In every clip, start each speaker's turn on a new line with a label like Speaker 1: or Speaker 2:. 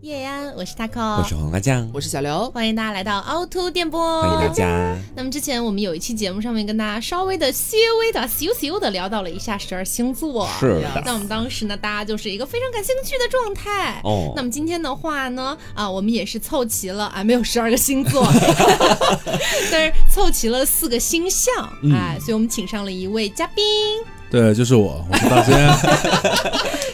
Speaker 1: 夜安，我是
Speaker 2: 我
Speaker 1: Taco，
Speaker 2: 是黄瓜酱，
Speaker 3: 我是小刘，
Speaker 1: 欢迎大家来到凹凸电波。
Speaker 2: 欢迎大家。
Speaker 1: 那么之前我们有一期节目上面跟大家稍微的、稍微的、咻咻的聊到了一下十二星座。
Speaker 2: 是
Speaker 3: 呀
Speaker 2: 的，
Speaker 1: 那我们当时呢，大家就是一个非常感兴趣的状态。
Speaker 2: 哦
Speaker 1: 那么今天的话呢，啊，我们也是凑齐了啊，没有十二个星 座， 但是凑齐了四个星象，
Speaker 2: 嗯
Speaker 1: 哎，所以我们请上了一位嘉宾。
Speaker 4: 对，就是我，我是大仙。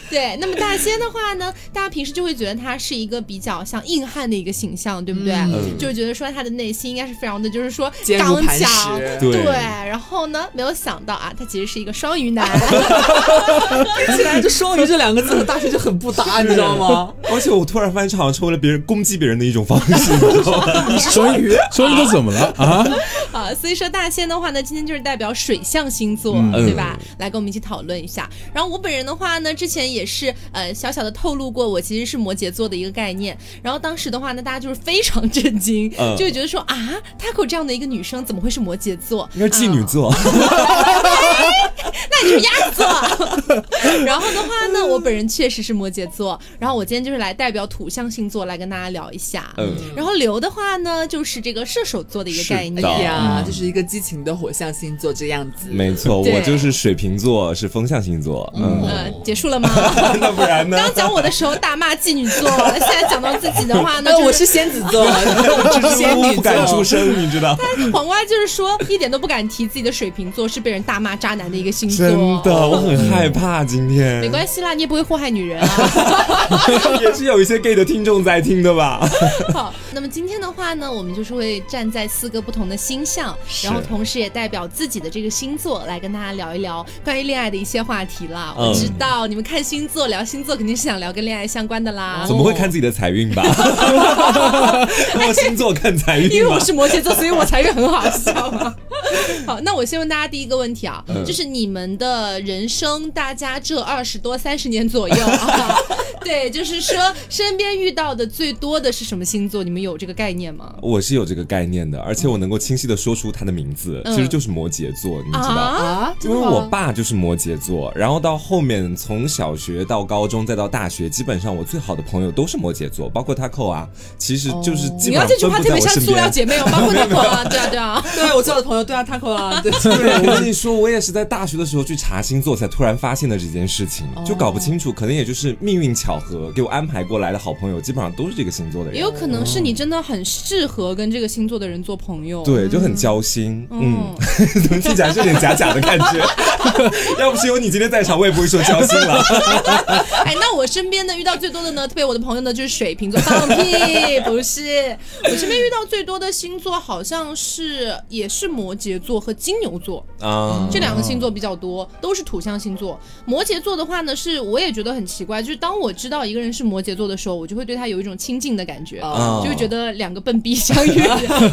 Speaker 1: 对，那么大仙的话呢，大家平时就会觉得他是一个比较像硬汉的一个形象，对不对？
Speaker 2: 嗯
Speaker 1: 就是觉得说他的内心应该是非常的，就是说
Speaker 3: 坚如
Speaker 1: 刚
Speaker 3: 磐
Speaker 1: 强，
Speaker 3: 石
Speaker 2: 对
Speaker 1: 然后呢，没有想到啊，他其实是一个双 鱼男，
Speaker 3: 听起来这“双鱼”这两个字和大学就很不搭，你知道吗？
Speaker 2: 而且我突然发现，这好像成为了别人攻击别人的一种方 式，你知道吗？
Speaker 4: 双鱼，双鱼都怎么了啊？
Speaker 1: 啊，所以说大仙的话呢，今天就是代表水象星座，
Speaker 4: 嗯
Speaker 1: 对吧？来跟我们一起讨论一下。然后我本人的话呢，之前也是呃小小的透露过，我其实是摩羯座的一个概念。然后当时的话呢，大家就是非常震惊，
Speaker 2: 嗯
Speaker 1: 就会觉得说啊，Taco 这样的一个女生怎么会是摩羯座？嗯
Speaker 2: 应该是妓女座，
Speaker 1: 那你是鸭子。 然后的话呢，我本人确实是摩羯座，然后我今天就是来代表土象星座来跟大家聊一下。
Speaker 2: 嗯，
Speaker 1: 然后刘的话呢，就是这个射手座的一个概
Speaker 2: 是的
Speaker 1: 念。
Speaker 3: 哎呀，
Speaker 2: 嗯
Speaker 3: 就是一个激情的火象星座这样子。
Speaker 2: 没错，
Speaker 1: 对
Speaker 2: 我就是水瓶座，是风象星座，嗯，
Speaker 1: 呃，结束了 吗？
Speaker 2: 那不然呢？
Speaker 1: 刚讲我的时候大骂妓女座，现在讲到自己的话 呢，
Speaker 3: 呃，我
Speaker 1: 就是
Speaker 3: 仙子座， 我是仙
Speaker 2: 我
Speaker 3: 女
Speaker 2: 不敢出
Speaker 3: 座。
Speaker 2: 声，你知道？
Speaker 1: 黄瓜，就是说一点都不敢提自己的水瓶座是被人大骂渣男的一个星座。
Speaker 2: 真的，我很害怕今天。
Speaker 1: 没关系啦，你也不会祸害女人啊。
Speaker 2: 系， 也是有一些 gay 的听众在听 的吧？
Speaker 1: 好，那么今天的话呢，我们就是会站在四个不同的星象，
Speaker 2: 是
Speaker 1: 然后同时也代表自己的这个星座来跟大家聊一聊关于恋爱的一些话题啦。
Speaker 2: 嗯
Speaker 1: 我知道你们看星座聊星座肯定是想聊跟恋爱相关的啦
Speaker 2: 哦怎，么会看自己的财 运吧？我星座看财
Speaker 1: 因
Speaker 2: 运
Speaker 1: 为
Speaker 2: 吧
Speaker 1: 我。是摩羯座，所以我才会很好笑嘛。好，那我先问大家第一个问题啊，
Speaker 2: 嗯
Speaker 1: 就是你们的人生，大家这二十多三十年左右 啊，对，就是说身边遇到的最多的是什么星座？你们有这个概念吗？
Speaker 2: 我是有这个概念的，而且我能够清晰的说出他的名字，
Speaker 1: 嗯
Speaker 2: 其实就是摩羯座，你知道。
Speaker 1: 啊
Speaker 3: 啊，
Speaker 2: 因为我爸就是摩羯座，然后到后面从小学到高中再到大学，基本上我最好的朋友都是摩羯座，包括他扣啊，其实就是基
Speaker 1: 你
Speaker 2: 本
Speaker 1: 要
Speaker 2: 上
Speaker 1: 这句
Speaker 2: 分
Speaker 1: 话
Speaker 2: 布
Speaker 1: 特别
Speaker 2: 在我
Speaker 1: 像
Speaker 2: 身
Speaker 1: 塑料
Speaker 2: 边。
Speaker 1: 姐妹， 我包括那会啊，对啊对啊，
Speaker 3: 对我最好的朋友，对啊，Taco 啊，对，
Speaker 2: 对，我跟你说，我也是在大学的时候去查星座，才突然发现的这件事情，就搞不清楚，可能也就是命运巧合给我安排过来的好朋友，基本上都是这个星座的
Speaker 1: 也
Speaker 2: 人
Speaker 1: 有。可能是你真的很适合跟这个星座的人做朋友。，哦
Speaker 2: 对，就很交心，嗯
Speaker 1: 嗯，
Speaker 2: 怎么听起来是有点假假的感 觉？要不是有你今天在场，我也不会说交 心了。
Speaker 1: 哎，那我身边的遇到最多的呢，特别我的朋友呢就是水瓶座，放屁，不是，我身边遇到最多的星座好像是也是摩羯座和金牛座。
Speaker 2: 啊，
Speaker 1: 这两个星座比较多，都是土象星座。摩羯座的话呢，是我也觉得很奇怪，就是当我知道一个人是摩羯座的时候，我就会对他有一种亲近的感觉，
Speaker 3: 哦
Speaker 1: 就会觉得两个笨逼相 遇，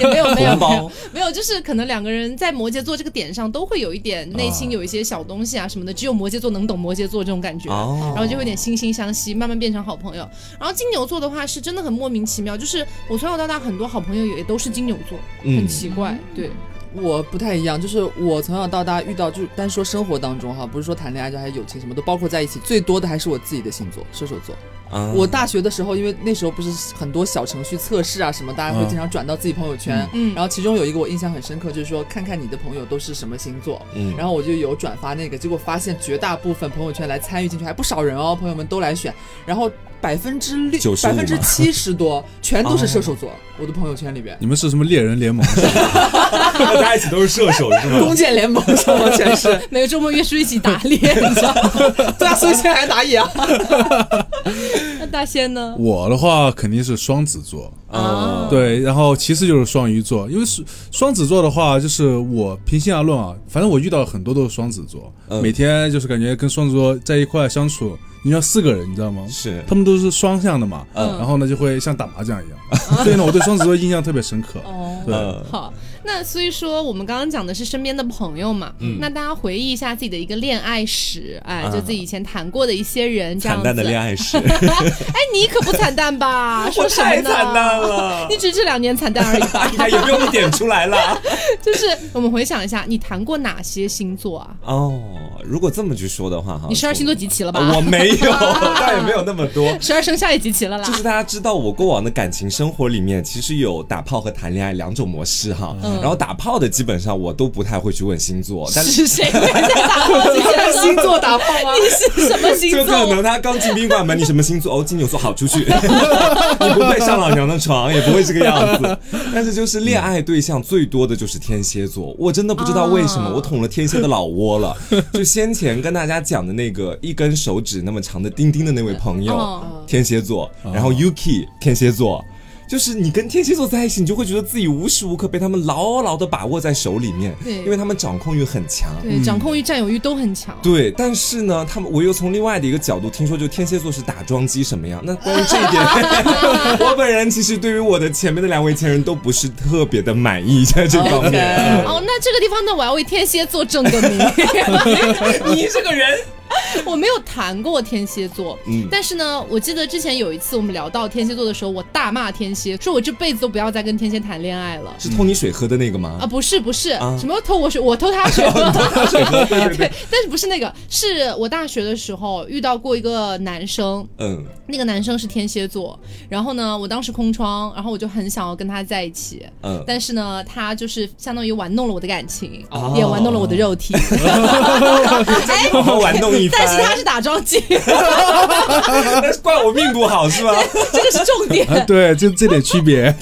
Speaker 1: 也没有没有
Speaker 2: 啊
Speaker 1: 没
Speaker 2: 同胞
Speaker 1: 有没有，就是可能两个人在摩羯座这个点上都会有一点内心有一些小东西啊什么的，只有摩羯座能懂摩羯座这种感觉。
Speaker 2: 哦
Speaker 1: 然后就有点惺惺相惜，慢慢变成好朋友。然后金牛座的话是真的很莫名其妙，就是我从小到大很多好朋友也都是金牛座，很
Speaker 2: 嗯
Speaker 1: 奇怪。对，
Speaker 3: 我不太一样，就是我从小到大遇到，就是单说生活当中哈，不是说谈恋爱就还有友情什么都包括在一起，最多的还是我自己的星座，射手座。
Speaker 2: 啊
Speaker 3: 我大学的时候，因为那时候不是很多小程序测试啊什么，大家会经常转到自己朋友圈。
Speaker 1: 嗯
Speaker 3: 然后其中有一个我印象很深刻，就是说看看你的朋友都是什么星座。
Speaker 2: 嗯
Speaker 3: 然后我就有转发那个，结果发现绝大部分朋友圈来参与进去还不少人哦，朋友们都来选，然后百分之六、
Speaker 2: 95
Speaker 3: 百分之七十多全都是
Speaker 2: 哦
Speaker 3: 射手座，我的朋友圈里 边。
Speaker 4: 你们是什么猎人联盟？
Speaker 2: 大家一起都是射手， 是吗
Speaker 3: 弓？箭联盟上吗？全是
Speaker 1: 每个周末约出一起打猎，你知道吗？
Speaker 3: 对啊，所以现在还打野啊。
Speaker 1: 那大仙呢？
Speaker 4: 我的话肯定是双子座，
Speaker 2: 哦
Speaker 1: 啊，
Speaker 4: 对，然后其次就是双鱼座，因为是双子座的话，就是我平心而论啊，反正我遇到了很多都是双子座，
Speaker 2: 嗯
Speaker 4: 每天就是感觉跟双子座在一块相处，你要四个人，你知道吗？
Speaker 2: 是
Speaker 4: 他们都是双向的嘛，
Speaker 1: 嗯
Speaker 4: 然后呢就会像打麻将一样，所以呢我对双子座印象特别深刻。
Speaker 3: 哦
Speaker 4: 对，
Speaker 2: 呃
Speaker 1: 好，那所以说我们刚刚讲的是身边的朋友嘛，
Speaker 2: 嗯
Speaker 1: 那大家回忆一下自己的一个恋爱史，哎，就自己以前谈过的一些人，这样
Speaker 2: 啊惨
Speaker 1: 子。
Speaker 2: 淡的恋爱 史，
Speaker 1: 哎，你可不惨淡 吧？说
Speaker 2: 我
Speaker 1: 什么
Speaker 2: 太
Speaker 1: 呢？
Speaker 2: 惨淡了。
Speaker 1: 你。只是这两年惨淡而已 吧
Speaker 2: 你看，也不用你点出来了。
Speaker 1: 就是我们回想一下，你谈过哪些星座啊？
Speaker 2: 哦，如果这么去说的话，哈，
Speaker 1: 你十二星座集齐了吧
Speaker 2: 我没有，有，但也没有那么多。
Speaker 1: 十二生肖也集齐了啦
Speaker 2: 就。是大家知道，我过往的感情生活里面，其实有打炮和谈恋爱两种模式哈。
Speaker 1: 嗯
Speaker 2: 然后打炮的基本上我都不太会去问星座，但
Speaker 1: 是谁 会在打炮机器人
Speaker 3: 星座打炮 啊！
Speaker 1: 你是什么
Speaker 2: 就
Speaker 1: 星
Speaker 2: 可
Speaker 1: 座？
Speaker 2: 能他刚进宾馆门，你什么星座？哦，金牛座，好出去， 你不配上老娘的床，也不会这个 样子。但是就是恋爱对象最多的就是天蝎座，我真的不知道为什么
Speaker 1: 啊
Speaker 2: 我捅了天蝎的老窝 了。就先前跟大家讲的那个一根手指那么长的丁丁的那位朋友
Speaker 1: 哦，
Speaker 2: 天蝎座，然后 Yuki 天蝎座。就是你跟天蝎座在一起，你就会觉得自己无时无刻被他们牢牢的把握在手里面，
Speaker 1: 对
Speaker 2: 因为他们掌控欲很强。
Speaker 1: 对，掌控欲、占有欲都很强。
Speaker 2: 对，但是呢，他们我又从另外的一个角度听说，就天蝎座是打桩机什么样。那关于这一点，我本人其实对于我的前面的两位前任都不是特别的满意，在 这方面。啊
Speaker 1: 哦，那这个地方呢，我要为天蝎座正个 名。
Speaker 3: 啊
Speaker 2: 你这个人，
Speaker 1: 我没有谈过天蝎座，
Speaker 2: 嗯
Speaker 1: 但是呢，我记得之前有一次我们聊到天蝎座的时候，我大骂天蝎，说我这辈子都不要再跟天蝎谈恋爱了。
Speaker 2: 是偷你水喝的那个
Speaker 1: 啊，
Speaker 2: 吗？
Speaker 1: 不是不是，
Speaker 2: 啊哦
Speaker 1: 什么偷我水，我偷 他水喝，
Speaker 2: 对对
Speaker 1: 对，但是不是那个，是我大学的时候遇到过一个男生，
Speaker 2: 嗯，
Speaker 1: 那个男生是天蝎座，然后呢，我当时空窗，然后我就很想要跟他在一起，
Speaker 2: 嗯
Speaker 1: 但是呢，他就是相当于玩弄了我的感情，
Speaker 2: 哦
Speaker 1: 也玩弄了我的肉 体，哎
Speaker 2: 好好玩弄一番
Speaker 1: 但是他是打桩机，
Speaker 2: 但是啊怪我命不好是吧？
Speaker 1: 这个是重点。
Speaker 4: 啊，对，就这点区别。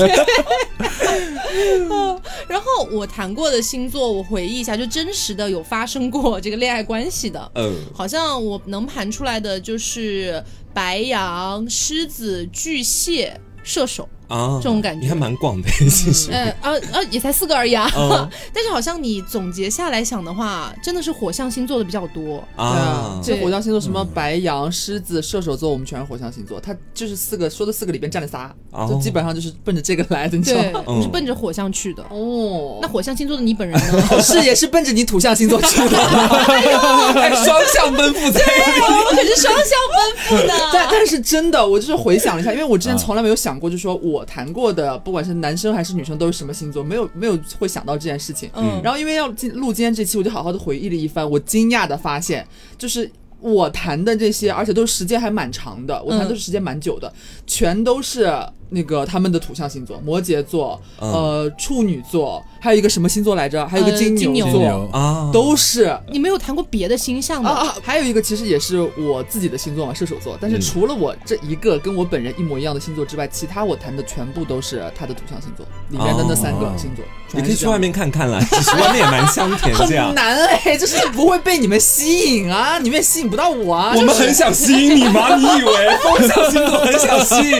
Speaker 1: 然后我谈过的星座，我回忆一下，就真实的有发生过这个恋爱关系的，
Speaker 2: 嗯，
Speaker 1: 好像我能盘出来的就是白羊、狮子、巨蟹、射手。
Speaker 2: 啊，
Speaker 1: 这种感觉
Speaker 2: 你还蛮广的，其实。
Speaker 1: 呃啊啊，也才四个而已 啊！
Speaker 2: 嗯
Speaker 1: 但是好像你总结下来想的话，真的是火象星座的比较多。
Speaker 2: 啊，
Speaker 3: 这火象星座什么白羊、狮子、射手座，我们全是火象星座。它就是四个说的四个里边占了仨，
Speaker 2: 哦
Speaker 3: 就基本上就是奔着这个来的，你知道
Speaker 1: 对
Speaker 3: 吗？，
Speaker 2: 嗯
Speaker 1: 我是奔着火象去的。
Speaker 3: 哦
Speaker 1: 那火象星座的你本人 呢？
Speaker 3: 那是也是奔着你土象星座去的，
Speaker 2: 哎，双向奔赴在一起。
Speaker 1: 哎我们可是双向奔赴 呢。
Speaker 3: 但但是真的，我就是回想了一下，因为我之
Speaker 1: 啊
Speaker 3: 前从来没有想过，就说我谈过的，不管是男生还是女生，都是什么星座，没有没有会想到这件事情。
Speaker 1: 嗯
Speaker 3: 然后因为要进录今天这期，我就好好的回忆了一番，我惊讶的发现，就是我谈的这些，而且都是时间还蛮长的，我谈
Speaker 1: 嗯
Speaker 3: 都是时间蛮久的，全都是那个他们的土象星座，摩羯座，
Speaker 2: 嗯
Speaker 3: 呃，处女座，还有一个什么星座来着？还有一个
Speaker 1: 呃
Speaker 3: 金
Speaker 1: 金牛
Speaker 4: 金
Speaker 3: 座，
Speaker 4: 牛
Speaker 2: 啊，
Speaker 3: 都是。
Speaker 1: 你没有谈过别的星象
Speaker 3: 啊
Speaker 1: 吗？
Speaker 3: 啊！还有一个其实也是我自己的星座嘛，射手座。但是
Speaker 2: 嗯
Speaker 3: 除了我这一个跟我本人一模一样的星座之外，其他我谈的全部都是他的土象星座里面的那三个星座。
Speaker 2: 哦你可以去
Speaker 3: 全
Speaker 2: 外
Speaker 3: 是
Speaker 2: 面看看啦，其实外面也蛮香甜
Speaker 3: 这
Speaker 2: 这
Speaker 3: 样。
Speaker 2: 样
Speaker 3: 很。难哎，就是不会被你们吸引啊，你们也吸引不到我啊。
Speaker 2: 我
Speaker 3: 就
Speaker 2: 们
Speaker 3: 是
Speaker 2: 很想吸引你吗？你以为风象星座很想吸引？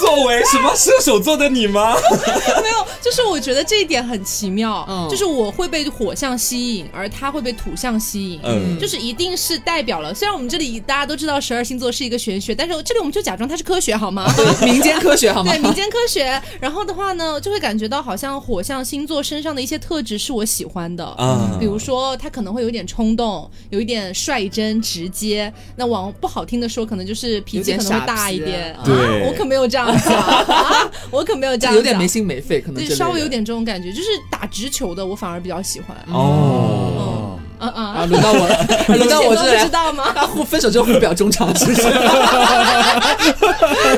Speaker 2: 作为什么射手座的你吗？
Speaker 1: 没有，就是我觉得这一点很奇妙，
Speaker 3: 嗯
Speaker 1: 就是我会被火象吸引，而他会被土象吸引。
Speaker 2: 嗯
Speaker 1: 就是一定是代表了，虽然我们这里大家都知道十二星座是一个玄学，但是这里我们就假装它是科学好吗？
Speaker 3: 民间科学好吗
Speaker 1: 对？民间科学，然后的话呢，就会感觉到好像火象星座身上的一些特质是我喜欢的
Speaker 2: 啊
Speaker 1: 比如说他可能会有点冲动，有一点率真直接，那往不好听的说，可能就是脾气可能会大一
Speaker 3: 有点
Speaker 1: 点。
Speaker 3: 傻
Speaker 1: 啊
Speaker 2: 皮啊对
Speaker 1: 我可没有这样想、啊，我可没有这样想，
Speaker 3: 有点没心没肺，可能
Speaker 1: 对，
Speaker 3: 之类的
Speaker 1: 稍微有点这种感觉，就是打直球的，我反而比较喜欢。嗯
Speaker 2: 哦，
Speaker 1: 嗯嗯，
Speaker 3: 啊。轮到我 了，轮到我
Speaker 1: 这些都
Speaker 3: 这
Speaker 1: 不
Speaker 3: 来
Speaker 1: 知。道吗？
Speaker 3: 啊，互分手之后互表衷肠，是 不是？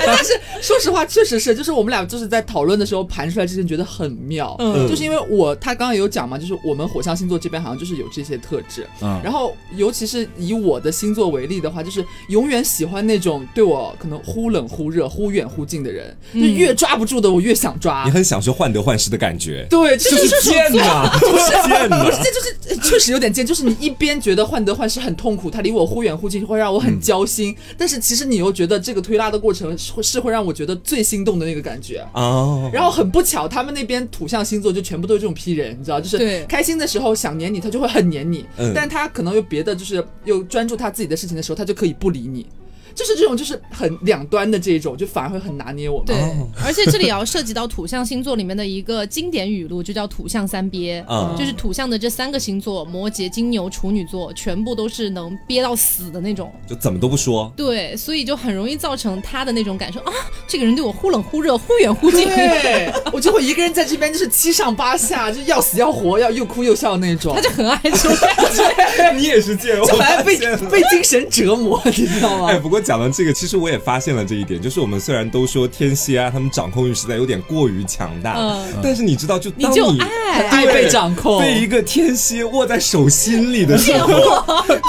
Speaker 3: 但是说实话，确实是，就是我们俩就是在讨论的时候盘出来这些，觉得很妙。
Speaker 1: 嗯
Speaker 3: 就是因为我他刚刚有讲嘛，就是我们火象星座这边好像就是有这些特质。
Speaker 2: 嗯
Speaker 4: 啊，
Speaker 3: 然后，尤其是以我的星座为例的话，就是永远喜欢那种对我可能忽冷忽热、忽远忽近的人，就越抓不住的我越想抓
Speaker 2: 嗯你。很享受患得患失的感觉，
Speaker 3: 对，这
Speaker 2: 就
Speaker 3: 就是
Speaker 2: 是贱呐，就是贱呐
Speaker 3: 不。是，这就是呃确实有点贱，就是你一边觉得患得患失很痛苦，他离我忽远忽近，会让我
Speaker 2: 嗯
Speaker 3: 很焦心，但是其实你又觉得这个推拉的过程是会是会让我觉得最心动的那个感觉。
Speaker 2: 哦，
Speaker 3: 然后很不巧，他们那边土象星座就全部都是这种批人，你知道，就
Speaker 1: 对
Speaker 3: 是开心的时候想黏你，他就会很黏你，
Speaker 2: 嗯
Speaker 3: 但他可能有别的，就是又专注他自己的事情的时候，他就可以不理你。就是这种就是很两端的这种，就反而会很拿捏我们。
Speaker 1: 对，
Speaker 2: 哦
Speaker 1: 而且这里也要涉及到土象星座里面的一个经典语录，就叫土象三憋，
Speaker 2: 嗯
Speaker 1: 就是土象的这三个星座，摩羯、金牛、处女座，全部都是能憋到死的那种。
Speaker 2: 就怎么都不说，
Speaker 1: 对，所以就很容易造成他的那种感受啊，这个人对我忽冷忽热、忽远忽近。
Speaker 3: 对， 我就会一个人在这边就是七上八下，就要死要活，要又哭又笑那种
Speaker 1: 他，就很爱这种感觉，
Speaker 2: 你也是贱，我
Speaker 3: 就还被
Speaker 2: 发现了
Speaker 3: 被精神折磨， 你知道
Speaker 2: 哎，
Speaker 3: 吗？
Speaker 2: 不过讲到这个，其实我也发现了这一点，就是我们虽然都说天蝎啊，他们掌控欲实在有点过于强大，
Speaker 1: 嗯
Speaker 2: 但是你知道，就
Speaker 1: 你
Speaker 2: 当
Speaker 1: 就哎
Speaker 2: 你
Speaker 1: 爱
Speaker 3: 爱
Speaker 2: 对
Speaker 3: 被掌控
Speaker 2: 被一个天蝎握在手心里的时 候，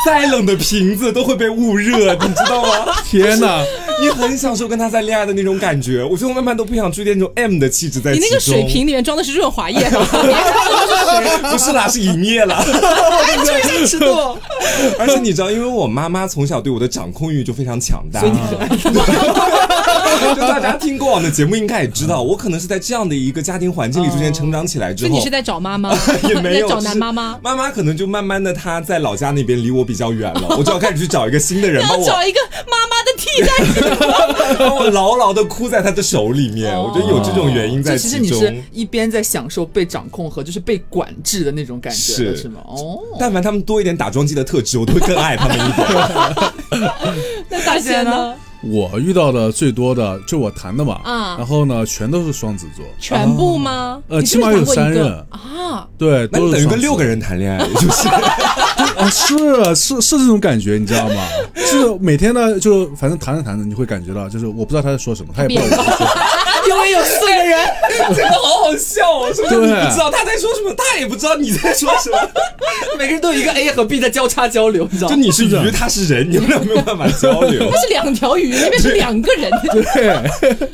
Speaker 2: 再冷的瓶子都会被捂热，你知 道吗？
Speaker 4: 天哪，
Speaker 2: 你很享受跟他在恋爱的那种感觉，我就慢慢都不想注那种 M 的气质在
Speaker 1: 你
Speaker 2: 其中。
Speaker 1: 那个水瓶里面装的是润滑 液吧？
Speaker 2: 不是啦，是营业 啦。
Speaker 3: 真是的，
Speaker 2: 而且你知道，因为我妈妈从小对我的掌控欲就非常强大， 就大家听过往的节目应该也知道，我可能是在这样的一个家庭环境里逐渐成长起来之
Speaker 1: 就
Speaker 2: 后
Speaker 1: 哦你，是在找妈妈，
Speaker 2: 也没有
Speaker 1: 在找男
Speaker 2: 是
Speaker 1: 妈妈，
Speaker 2: 妈妈可能就慢慢的她在老家那边离我比较 远了，我就要开始去找一个新的人，把
Speaker 1: 要
Speaker 2: 我
Speaker 1: 找一个妈妈的替代品。
Speaker 2: 把我牢牢的箍在她的手里面，
Speaker 1: 哦
Speaker 2: 我觉得有这种原因在
Speaker 3: 就其
Speaker 2: 其
Speaker 3: 实你是
Speaker 2: 中。
Speaker 3: 一边在享受被掌控和就是被管制的那种感觉的，
Speaker 2: 是
Speaker 3: 是吗？哦，
Speaker 2: 但凡他们多一点打桩机的特质，我都会更爱他们一点。
Speaker 1: 那大仙 呢？
Speaker 4: 我遇到的最多的就我谈的嘛，
Speaker 1: 啊
Speaker 4: 然后呢，全都是双子座，
Speaker 1: 全部吗？
Speaker 4: 呃
Speaker 1: 你是不是
Speaker 4: 起码有
Speaker 1: 谈过一
Speaker 4: 三
Speaker 1: 个
Speaker 4: 任
Speaker 1: 啊，
Speaker 4: 对，
Speaker 2: 那
Speaker 4: 都
Speaker 2: 你等于
Speaker 4: 是双
Speaker 2: 跟
Speaker 4: 子
Speaker 2: 六个人谈恋爱，就是
Speaker 4: 啊，是是是这种感觉，你知 道吗？就是每天呢，就反正谈着谈着，你会感觉到，就是我不知道他在说什么，他也不知道我在说什么。
Speaker 2: 啊
Speaker 3: 因为有四个 人，
Speaker 2: 真的好好笑哦！是不
Speaker 4: 对
Speaker 2: 他在说什么，他也不知道你在说什么。
Speaker 3: 每个人都有一个 A 和 B 在交叉交流，你知道
Speaker 2: 就
Speaker 3: 吗？
Speaker 2: 你是鱼，他是人，你们俩没有办法交 流
Speaker 1: 那。是两条鱼，那边是两个人。
Speaker 4: 对，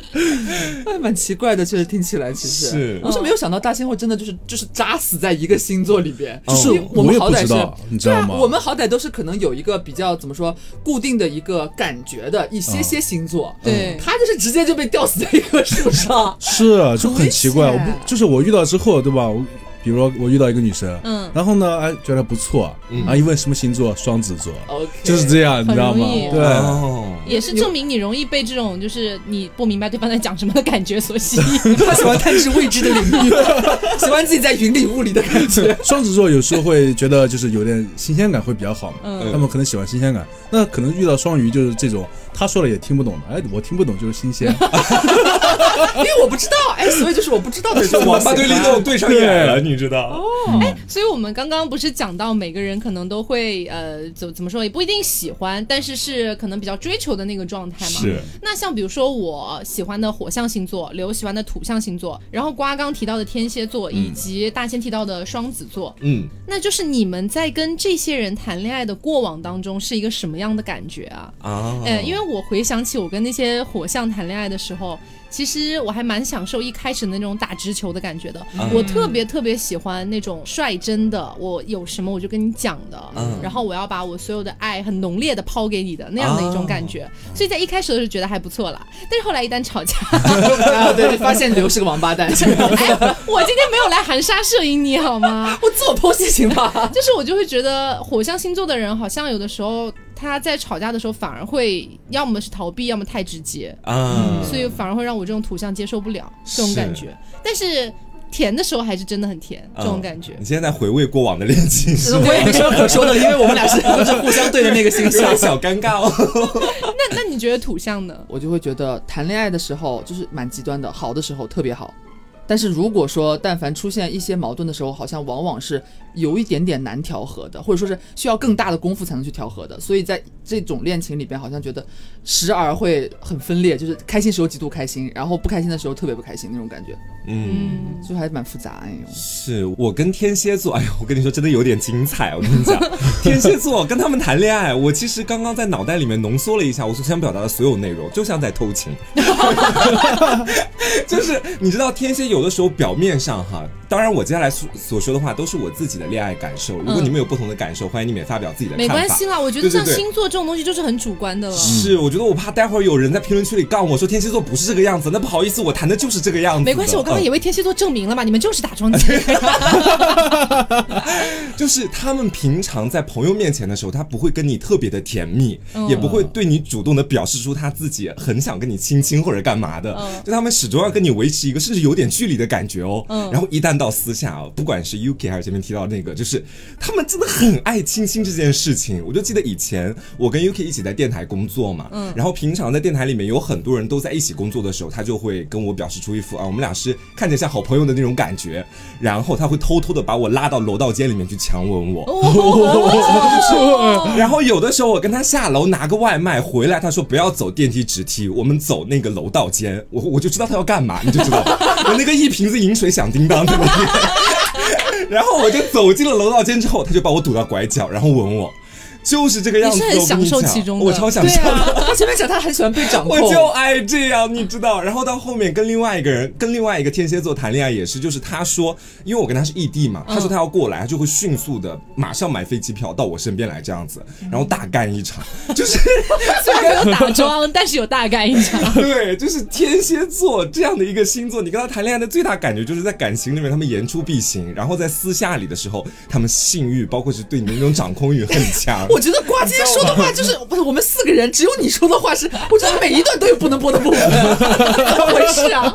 Speaker 3: 还 蛮奇怪的，确实听起来其实
Speaker 2: 是
Speaker 3: 我是没有想到大仙会真的就是就是扎死在一个星座里边，
Speaker 4: 就是
Speaker 3: 因为我
Speaker 4: 我
Speaker 3: 们
Speaker 4: 也
Speaker 3: 好
Speaker 4: 不
Speaker 3: 歹
Speaker 4: 知
Speaker 3: 是
Speaker 4: 道你知
Speaker 3: 对
Speaker 4: 道
Speaker 3: 啊
Speaker 4: 吗，，
Speaker 3: 我们好歹都是可能有一个比较怎么说固定的一个感觉的一些些星座，
Speaker 1: 对
Speaker 3: 他就是直接就被吊死在一棵树上
Speaker 4: 是啊就很奇怪，我
Speaker 3: 很危险
Speaker 4: 不就是我遇到之后，对吧？我比如说我遇到一个女生，
Speaker 1: 嗯
Speaker 4: 然后呢，哎，觉得不错，
Speaker 2: 嗯
Speaker 4: 啊，一问什么星座，双子座
Speaker 3: OK
Speaker 4: 就是这样，你知道吗
Speaker 1: 哦很容易？
Speaker 4: 对，啊
Speaker 2: 哦，
Speaker 1: 也是证明你容易被这种就是你不明白对方在讲什么的感觉所吸引。
Speaker 3: 他喜欢探知未知的领域， 喜欢自己在云里雾里的 感觉。
Speaker 4: 双子座有时候会觉得就是有点新鲜感会比较好嘛，
Speaker 1: 嗯
Speaker 4: 他们可能喜欢新鲜感，那可能遇到双鱼就是这种，他说了也听不懂的，哎，我听不懂就是新 鲜，
Speaker 3: 因为我不知道，哎，所以就是我不知道 的
Speaker 2: 对，
Speaker 3: 时
Speaker 2: 就
Speaker 3: 候，
Speaker 2: 王八对立
Speaker 3: 动
Speaker 2: 豆对上眼了，你知道？
Speaker 1: 哎所以我们刚刚不是讲到每个人可能都会呃怎怎么说也不一定喜欢，但是是可能比较追求的那个状态嘛。
Speaker 2: 是。
Speaker 1: 那像比如说我喜欢的火象星座，刘喜欢的土象星座，然后瓜刚提到的天蝎座，以及大仙提到的双子座，
Speaker 2: 嗯，
Speaker 1: 那就是你们在跟这些人谈恋爱的过往当中是一个什么样的感觉啊？
Speaker 2: 啊
Speaker 1: 嗯，因为我回想起我跟那些火象谈恋爱的时候，其实我还蛮享受一开始那种打直球的感觉的。我特别特别喜欢那种率真的，我有什么我就跟你讲的，
Speaker 2: 嗯
Speaker 1: 然后我要把我所有的爱很浓烈的抛给你的那样的一种感觉。所以在一开始的时候觉得还不错啦，但是后来一旦吵架，
Speaker 3: 啊，对，发现刘是个王八蛋，
Speaker 1: 哎，我今天没有来含沙射影你好吗？
Speaker 3: 我自我剖析行吧？
Speaker 1: 就是我就会觉得火象星座的人好像有的时候他在吵架的时候反而会要么是逃避，要么太直接，
Speaker 2: 啊，
Speaker 1: 所以反而会让我这种土象接受不了这种
Speaker 2: 是嗯
Speaker 1: 感觉。但是甜的时候还是真的很甜，这种感觉。
Speaker 2: 啊你现在在回味过往的恋情，是
Speaker 3: 我也没什么可说的，因为我们俩是 都是互相对的那个星
Speaker 2: 有
Speaker 3: 象
Speaker 2: 点。小尴尬哦。
Speaker 1: 那那你觉得土象呢？
Speaker 3: 我就会觉得谈恋爱的时候就是蛮极端的，好的时候特别好，但是如果说但凡出现一些矛盾的时候，好像往往是有一点点难调和的，或者说是需要更大的功夫才能去调和的。所以在这种恋情里边，好像觉得时而会很分裂，就是开心时候极度开心，然后不开心的时候特别不开心那种感觉，
Speaker 2: 嗯，
Speaker 1: 嗯，
Speaker 3: 就还蛮复杂。哎呦，
Speaker 2: 是我跟天蝎座， 哎呦，我跟你说，真的有点精彩。我跟你讲， 天蝎座跟他们谈恋爱，我其实刚刚在脑袋里面浓缩了一下我所想表达的所有内容，就像在偷 情。就是你知道，天蝎有的时候表面上哈当然，我接下来所所说的话都是我自己的恋爱感受。如果你们有不同的感受，欢迎你们也发表自己的
Speaker 1: 嗯
Speaker 2: 看
Speaker 1: 没
Speaker 2: 法。
Speaker 1: 关系啦，我觉得
Speaker 2: 对对嗯
Speaker 1: 像
Speaker 2: 对
Speaker 1: 星座这种东西就是很主观的了。
Speaker 2: 是，我觉得我怕待会儿有人在评论区里杠我说天蝎座不是这个样子，那不好意思，我谈的就是这个样子的。
Speaker 1: 没关系，我刚刚也为天蝎座证明了嘛，你们就是打桩机。
Speaker 2: 嗯就是他们平常在朋友面前的时候，他不会跟你特别的甜蜜，也不会对你主动的表示出他自己很想跟你亲亲或者干嘛的，就他们始终要跟你维持一个甚至有点距离的感觉哦。然后一旦到私下哦，不管是 UK 还是前面提到的那个，就是他们真的很爱亲亲这件事情。我就记得以前我跟 UK 一起在电台工作嘛，然后平常在电台里面有很多人都在一起工作的时候，他就会跟我表示出一副啊，我们俩是看起来像好朋友的那种感觉，然后他会偷偷的把我拉到楼道间里面去强吻我。 然后有的时候我跟他下楼拿个外卖回来，他说不要走电梯直梯，我们走那个楼道间。我我就知道他要干嘛，你就知道我那个一瓶子饮水响叮当的那个。 然后我就走进了楼道间之后，他就把我堵到拐角，然后吻我，就是这个样子。
Speaker 1: 你是很
Speaker 2: 我跟你
Speaker 1: 享受
Speaker 2: 讲
Speaker 1: 其中的
Speaker 2: 我超享
Speaker 3: 对
Speaker 2: 受的。
Speaker 3: 啊，他前面讲他很喜欢被掌控，
Speaker 2: 我就爱这样，你知道。然后到后面跟另外一个人，跟另外一个天蝎座谈恋爱也是，就是他说，因为我跟他是异地嘛，
Speaker 3: 嗯
Speaker 2: 他说他要过来，他就会迅速的马上买飞机票到我身边来这样子，然后大干一场，就是
Speaker 1: 虽然没有打桩，但是有大干一场。
Speaker 2: 对，就是天蝎座这样的一个星座，你跟他谈恋爱的最大感觉就是在感情里面他们言出必行，然后在私下里的时候，他们性欲包括是对你的那种掌控欲很强。
Speaker 3: 我觉得瓜今天说的话就是，不是我们四个人，只有你说的话是，我觉得每一段都有不能播的部分，怎
Speaker 1: 哎
Speaker 3: 么回事啊？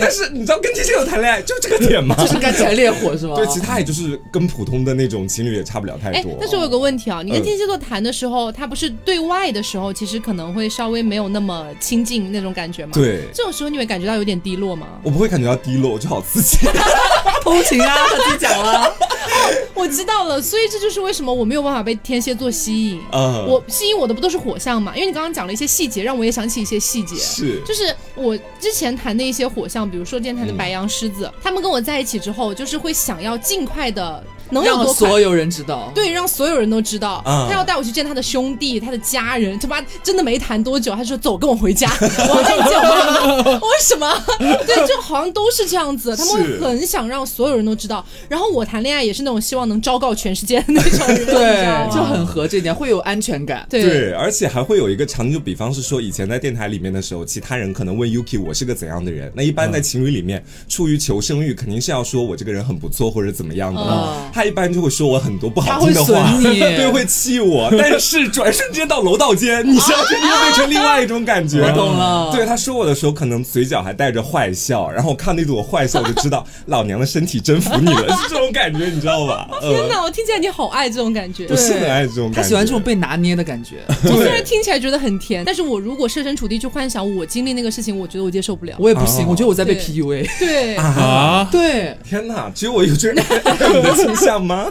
Speaker 2: 但是你知道跟天蝎座谈恋爱就这个点吗？
Speaker 3: 就是干起来烈火是吗？
Speaker 2: 对，其他也就是跟普通的那种情侣也差不了太
Speaker 1: 哦哎
Speaker 2: 多。，
Speaker 1: 但是我有个问题啊，你
Speaker 2: 嗯
Speaker 1: 跟天蝎座谈的时候，他不是对外的时候，其实可能会稍微没有那么亲近那种感觉吗？，
Speaker 2: 对，
Speaker 1: 这种时候你会感觉到有点低落吗？
Speaker 2: 我不会感觉到低落，我就好刺激。
Speaker 3: 偷 情啊，他自己讲了，
Speaker 1: 我知道了，所以这就是为什么我没有办法被天蝎座吸引。
Speaker 2: 嗯
Speaker 1: 我吸引我的不都是火象嘛？因为你刚刚讲了一些细节，让我也想起一些细节。
Speaker 2: 是
Speaker 1: 就是我之前谈的一些火象，比如说之前
Speaker 2: 嗯
Speaker 1: 谈的白羊、狮子，他们跟我在一起之后，就是会想要尽快的，能有
Speaker 3: 让
Speaker 1: 多快
Speaker 3: 所有人知道。
Speaker 1: 对，让所有人都知道，
Speaker 2: 嗯
Speaker 1: 他要带我去见他的兄弟、他的家人。他妈真的没谈多久，他就说走，跟我回家， 我要带你见我妈妈。为什么？ 对，就好像都是这样子，他们会
Speaker 2: 是
Speaker 1: 很想让所有人都知道。然后我谈恋爱也是那种希望能昭告全世界的那种人，你知道
Speaker 3: 对，
Speaker 1: 吗
Speaker 3: 就很合这一点，会有安全感。
Speaker 1: 对。
Speaker 2: 对，而且还会有一个场景，就比方是说，以前在电台里面的时候，其他人可能问 Yuki 我是个怎样的人。那一般在情侣里面，出于求生欲，肯定是要说我这个人很不错或者怎么样的。
Speaker 1: 哦
Speaker 3: 嗯
Speaker 2: 他一般就会说我很多不好听的话
Speaker 3: 他，会损 你
Speaker 2: 对，会气我。但是转瞬间到楼道间，你知道，这就变成另外一种感觉。
Speaker 3: 我懂了
Speaker 2: 对，他说我的时候，可能嘴角还带着坏笑，然后我看那组我坏笑，我就知道老娘的身体征服你了，是这种感觉，你知道吧？嗯。
Speaker 1: 天哪，我听起来你好爱这种感觉
Speaker 2: 我。是很爱这种感觉
Speaker 3: 他喜欢这种被拿捏的感觉。
Speaker 1: 我虽然听起来觉得很甜，但是我如果设身处地去幻想我经历那个事情，我觉得我接受不了。
Speaker 3: 我也不行，
Speaker 2: 哦
Speaker 3: 我觉得我在被
Speaker 1: 对
Speaker 3: PUA。
Speaker 1: 对，
Speaker 4: 啊，
Speaker 3: 对，
Speaker 2: 天哪，只有我有这样的倾向 吗？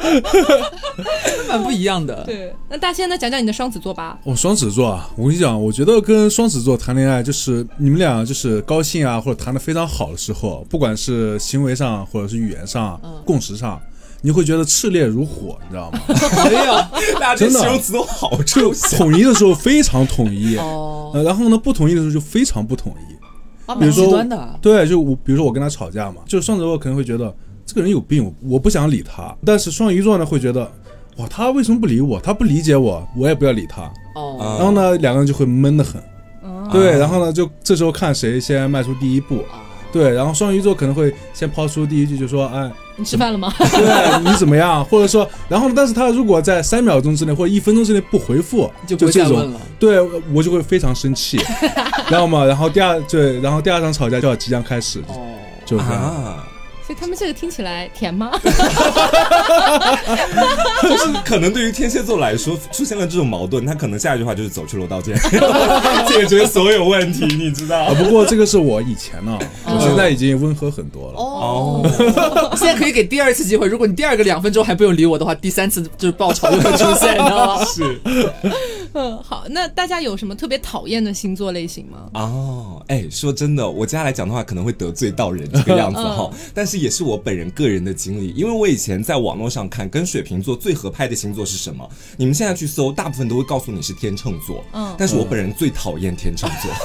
Speaker 3: 蛮不一样的。
Speaker 1: 对，那大仙呢？讲讲你的双子座吧。
Speaker 4: 我、双子座啊，我跟你讲，我觉得跟双子座谈恋爱，就是你们俩就是高兴啊，或者谈的非常好的时候，不管是行为上，或者是语言上，共识上，你会觉得炽烈如火，你知道吗？
Speaker 3: 没有，
Speaker 2: 大家这
Speaker 4: 真的啊
Speaker 2: 形容词都好抽
Speaker 4: 就
Speaker 2: 象。
Speaker 4: 统一的时候非常统一，
Speaker 3: 哦
Speaker 4: 呃，然后呢，不统一的时候就非常不统一。
Speaker 1: 啊
Speaker 4: 比如说
Speaker 3: 极端的
Speaker 4: 对，就我比如说我跟他吵架嘛，就双子座可能会觉得这个人有病，我我不想理他。但是双鱼座呢会觉得，哇，他为什么不理我？他不理解我，我也不要理他。
Speaker 3: 哦，
Speaker 2: 然
Speaker 4: 然后？呢，两个人就会闷得很。
Speaker 3: 啊
Speaker 4: 对，然后呢，就这时候看谁先迈出第一步。啊对，然后双鱼座可能会先抛出第一句，就说：“哎，
Speaker 1: 你吃饭了吗？
Speaker 4: 对你怎么样？”或者说，然后呢，但是他如果在三秒钟之内或者一分钟之内不回复，
Speaker 3: 就
Speaker 4: 就
Speaker 3: 不会
Speaker 4: 这
Speaker 3: 再问
Speaker 4: 种
Speaker 3: 了，
Speaker 4: 对我就会非常生气，知道吗？然后第二对，然后第二场吵架就要即将开始，
Speaker 3: 哦，
Speaker 4: 就这样。
Speaker 2: 啊，
Speaker 1: 所以他们这个听起来甜吗？
Speaker 4: 嗯
Speaker 2: 就是可能对于天蝎座来说，出现了这种矛盾，他可能下一句话就是走出楼道见， 解决所有问题，你知
Speaker 4: 啊，
Speaker 2: 道？
Speaker 4: 不过这个是我以前呢，我现在已经温和很多了。
Speaker 2: 哦，
Speaker 3: 现在可以给第二次机会，如果你第二个两分钟还不用理我的话，第三次就是爆炒就会出现，你知道吗？
Speaker 2: 是
Speaker 1: 嗯，好，那大家有什么特别讨厌的星座类型吗？
Speaker 2: 哦，哎，说真的，我接下来讲的话可能会得罪到人这个样子
Speaker 1: 嗯
Speaker 2: 哈，但是也是我本人个人的经历，因为我以前在网络上看跟水瓶座最合拍的星座是什么，你们现在去搜，大部分都会告诉你是天秤座，
Speaker 1: 嗯
Speaker 2: 但是我本人最讨厌天秤座。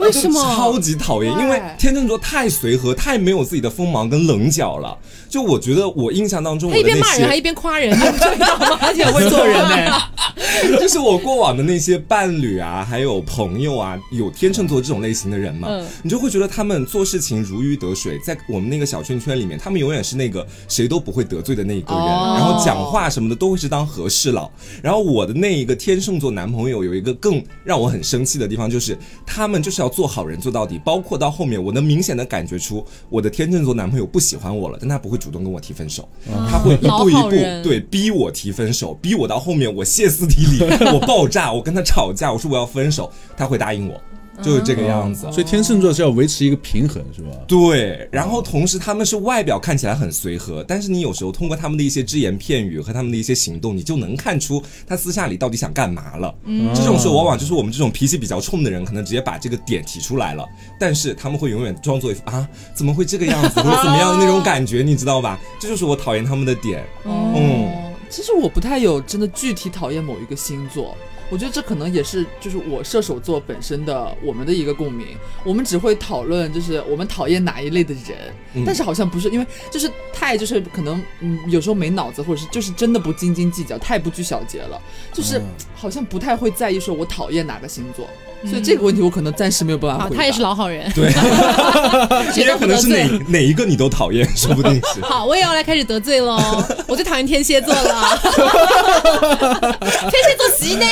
Speaker 1: 为什么
Speaker 2: 我就超级讨厌，因为
Speaker 3: 对
Speaker 2: 天秤座太随和，太没有自己的锋芒跟棱角了。就我觉得我印象当中，我
Speaker 1: 他
Speaker 2: 的
Speaker 1: 一
Speaker 2: 那
Speaker 1: 边骂人还
Speaker 2: 些
Speaker 1: 一边夸 人，你知道吗？而且会
Speaker 3: 做人呢、
Speaker 2: 就是我过往的那些伴侣啊，还有朋友啊，有天秤座这种类型的人嘛，
Speaker 1: 嗯
Speaker 2: 你就会觉得他们做事情如鱼得水，在我们那个小圈圈里面，他们永远是那个谁都不会得罪的那一个人，
Speaker 3: 哦
Speaker 2: 然后讲话什么的都会是当和事佬。然后我的那一个天秤座男朋友有一个更让我很生气的地方，就是他们就是要做好人做到底，包括到后面，我能明显的感觉出我的天秤座男朋友不喜欢我了，但他不会主动跟我提分手，他会一步一
Speaker 1: 老好
Speaker 2: 步
Speaker 1: 人
Speaker 2: 对。对，逼我提分手，逼我到后面我歇斯底里， 我爆炸，我跟他吵架，我说我要分手，他会答应我，就是这个样子。
Speaker 4: 所以天秤座是要维持一个平衡，是吧？
Speaker 2: 对，然后同时他们是外表看起来很随和，但是你有时候通过他们的一些只言片语和他们的一些行动，你就能看出他私下里到底想干嘛了。
Speaker 4: 嗯
Speaker 2: 这种时候往往就是我们这种脾气比较冲的人，可能直接把这个点提出来了，但是他们会永远装作一副啊怎么会这个样子，或者怎么样的那种感觉，你知道吧？这就是我讨厌他们的点。嗯
Speaker 3: 哦，其实我不太有真的具体讨厌某一个星座，我觉得这可能也是就是我射手座本身的我们的一个共鸣。我们只会讨论就是我们讨厌哪一类的人，
Speaker 2: 嗯
Speaker 3: 但是好像不是因为就是太就是可能嗯有时候没脑子，或者是就是真的不斤斤计较，太不拘小节了，
Speaker 2: 嗯
Speaker 3: 就是好像不太会在意说我讨厌哪个星座。所以这个问题我可能暂时没有办法
Speaker 1: 嗯好，
Speaker 3: 回答。
Speaker 1: 他也是老好人，
Speaker 2: 嗯对，
Speaker 1: 谁
Speaker 2: 也有
Speaker 1: 都不
Speaker 2: 可
Speaker 1: 得
Speaker 2: 能是哪
Speaker 1: 罪。
Speaker 2: 哪一个你都讨 厌，说不定是。
Speaker 1: 好，我也要来开始得罪 喽！我最讨厌天蝎座了，天蝎座席内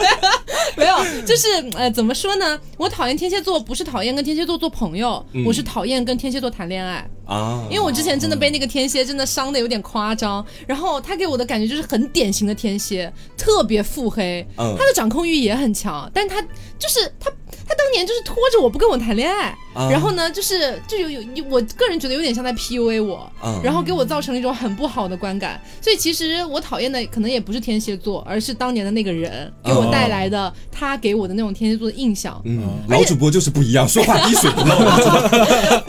Speaker 1: 没有，就是呃，怎么说呢？我讨厌天蝎座，不是讨厌跟天蝎座做朋友，
Speaker 2: 嗯
Speaker 1: 我是讨厌跟天蝎座谈恋爱。
Speaker 2: 啊，
Speaker 1: 因为我之前真的被那个天蝎真的伤的有点夸张，然后他给我的感觉就是很典型的天蝎，特别腹黑，
Speaker 2: 嗯
Speaker 1: 他的掌控欲也很强，但他就是他他当年就是拖着我不跟我谈恋爱，
Speaker 2: 啊
Speaker 1: 然后呢就是就有有有我个人觉得有点像在 PUA 我，
Speaker 2: 嗯
Speaker 1: 然后给我造成了一种很不好的观感，所以其实我讨厌的可能也不是天蝎座，而是当年的那个人给我带来的他给我的那种天蝎座的印象，
Speaker 2: 嗯，老主播就是不一样，说话滴水不漏。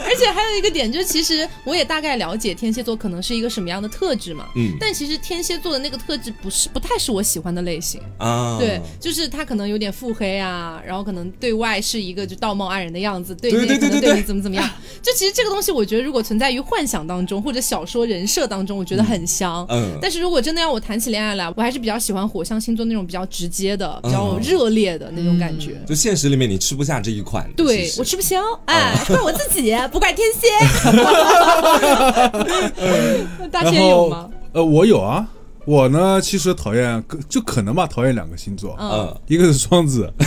Speaker 1: 而且还有一个点就是，其实我也大概了解天蝎座可能是一个什么样的特质嘛。
Speaker 2: 嗯
Speaker 1: 但其实天蝎座的那个特质不是不太是我喜欢的类型，
Speaker 2: 啊，
Speaker 1: 对，就是他可能有点腹黑啊，然后可能对外是一个就道貌岸然的样子，对
Speaker 2: 对
Speaker 1: 内
Speaker 2: 对
Speaker 1: 可
Speaker 2: 对
Speaker 1: 能
Speaker 2: 对
Speaker 1: 对你怎么 怎么样。就其实这个东西，我觉得如果存在于幻想当中或者小说人设当中，我觉得很香。
Speaker 2: 嗯
Speaker 1: 但是如果真的要我谈起恋爱来，我还是比较喜欢火象星座那种比较直接的、比较
Speaker 2: 嗯
Speaker 1: 热烈的那种感觉。
Speaker 2: 就现实里面你吃不下这一款。
Speaker 1: 对
Speaker 2: 其实
Speaker 1: 我吃不消，哎，怪我自 己，不怪天蝎。大
Speaker 4: 然
Speaker 1: 仙有吗
Speaker 4: 后？呃，我有啊，我呢其实讨厌，就可能吧，讨厌两个星座，
Speaker 2: 嗯，
Speaker 4: 一个是双子，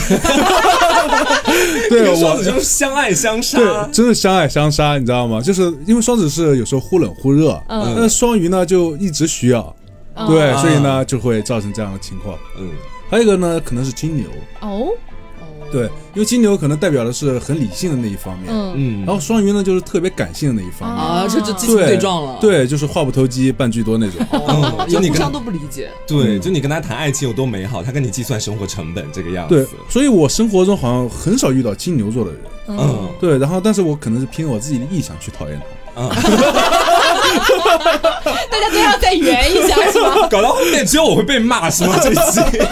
Speaker 4: 对
Speaker 2: 这双
Speaker 4: 我
Speaker 2: 子就是相爱相杀。
Speaker 4: 对，真的相爱相杀，你知道吗？就是因为双子是有时候忽冷忽热，
Speaker 1: 嗯
Speaker 4: 那双鱼呢就一直需要，
Speaker 1: 嗯
Speaker 4: 对，
Speaker 2: 啊
Speaker 4: 所以呢就会造成这样的情况。
Speaker 2: 嗯
Speaker 4: 还有一个呢，可能是金牛，
Speaker 1: 哦，
Speaker 4: 对，因为金牛可能代表的是很理性的那一方面，
Speaker 1: 嗯，
Speaker 2: 嗯，
Speaker 4: 然后双鱼呢就是特别感性的那一方面，
Speaker 3: 啊，这这激情
Speaker 4: 对
Speaker 3: 对撞了，，
Speaker 4: 对，就是话不投机半句多那种。
Speaker 3: 哦
Speaker 2: 嗯、
Speaker 3: 也
Speaker 2: 就你
Speaker 3: 互
Speaker 2: 跟
Speaker 3: 相都不理解。
Speaker 2: 对，就你跟他谈爱情有多美好，他跟你计算生活成本这个样
Speaker 4: 对
Speaker 2: 子。，
Speaker 4: 所以我生活中好像很少遇到金牛座的人。
Speaker 2: 嗯
Speaker 4: 对，然后但是我可能是凭我自己的臆想去讨厌他。
Speaker 1: 大家都要再圆一下，是 吗？
Speaker 2: 搞到后面只有我会被骂是吗？这一期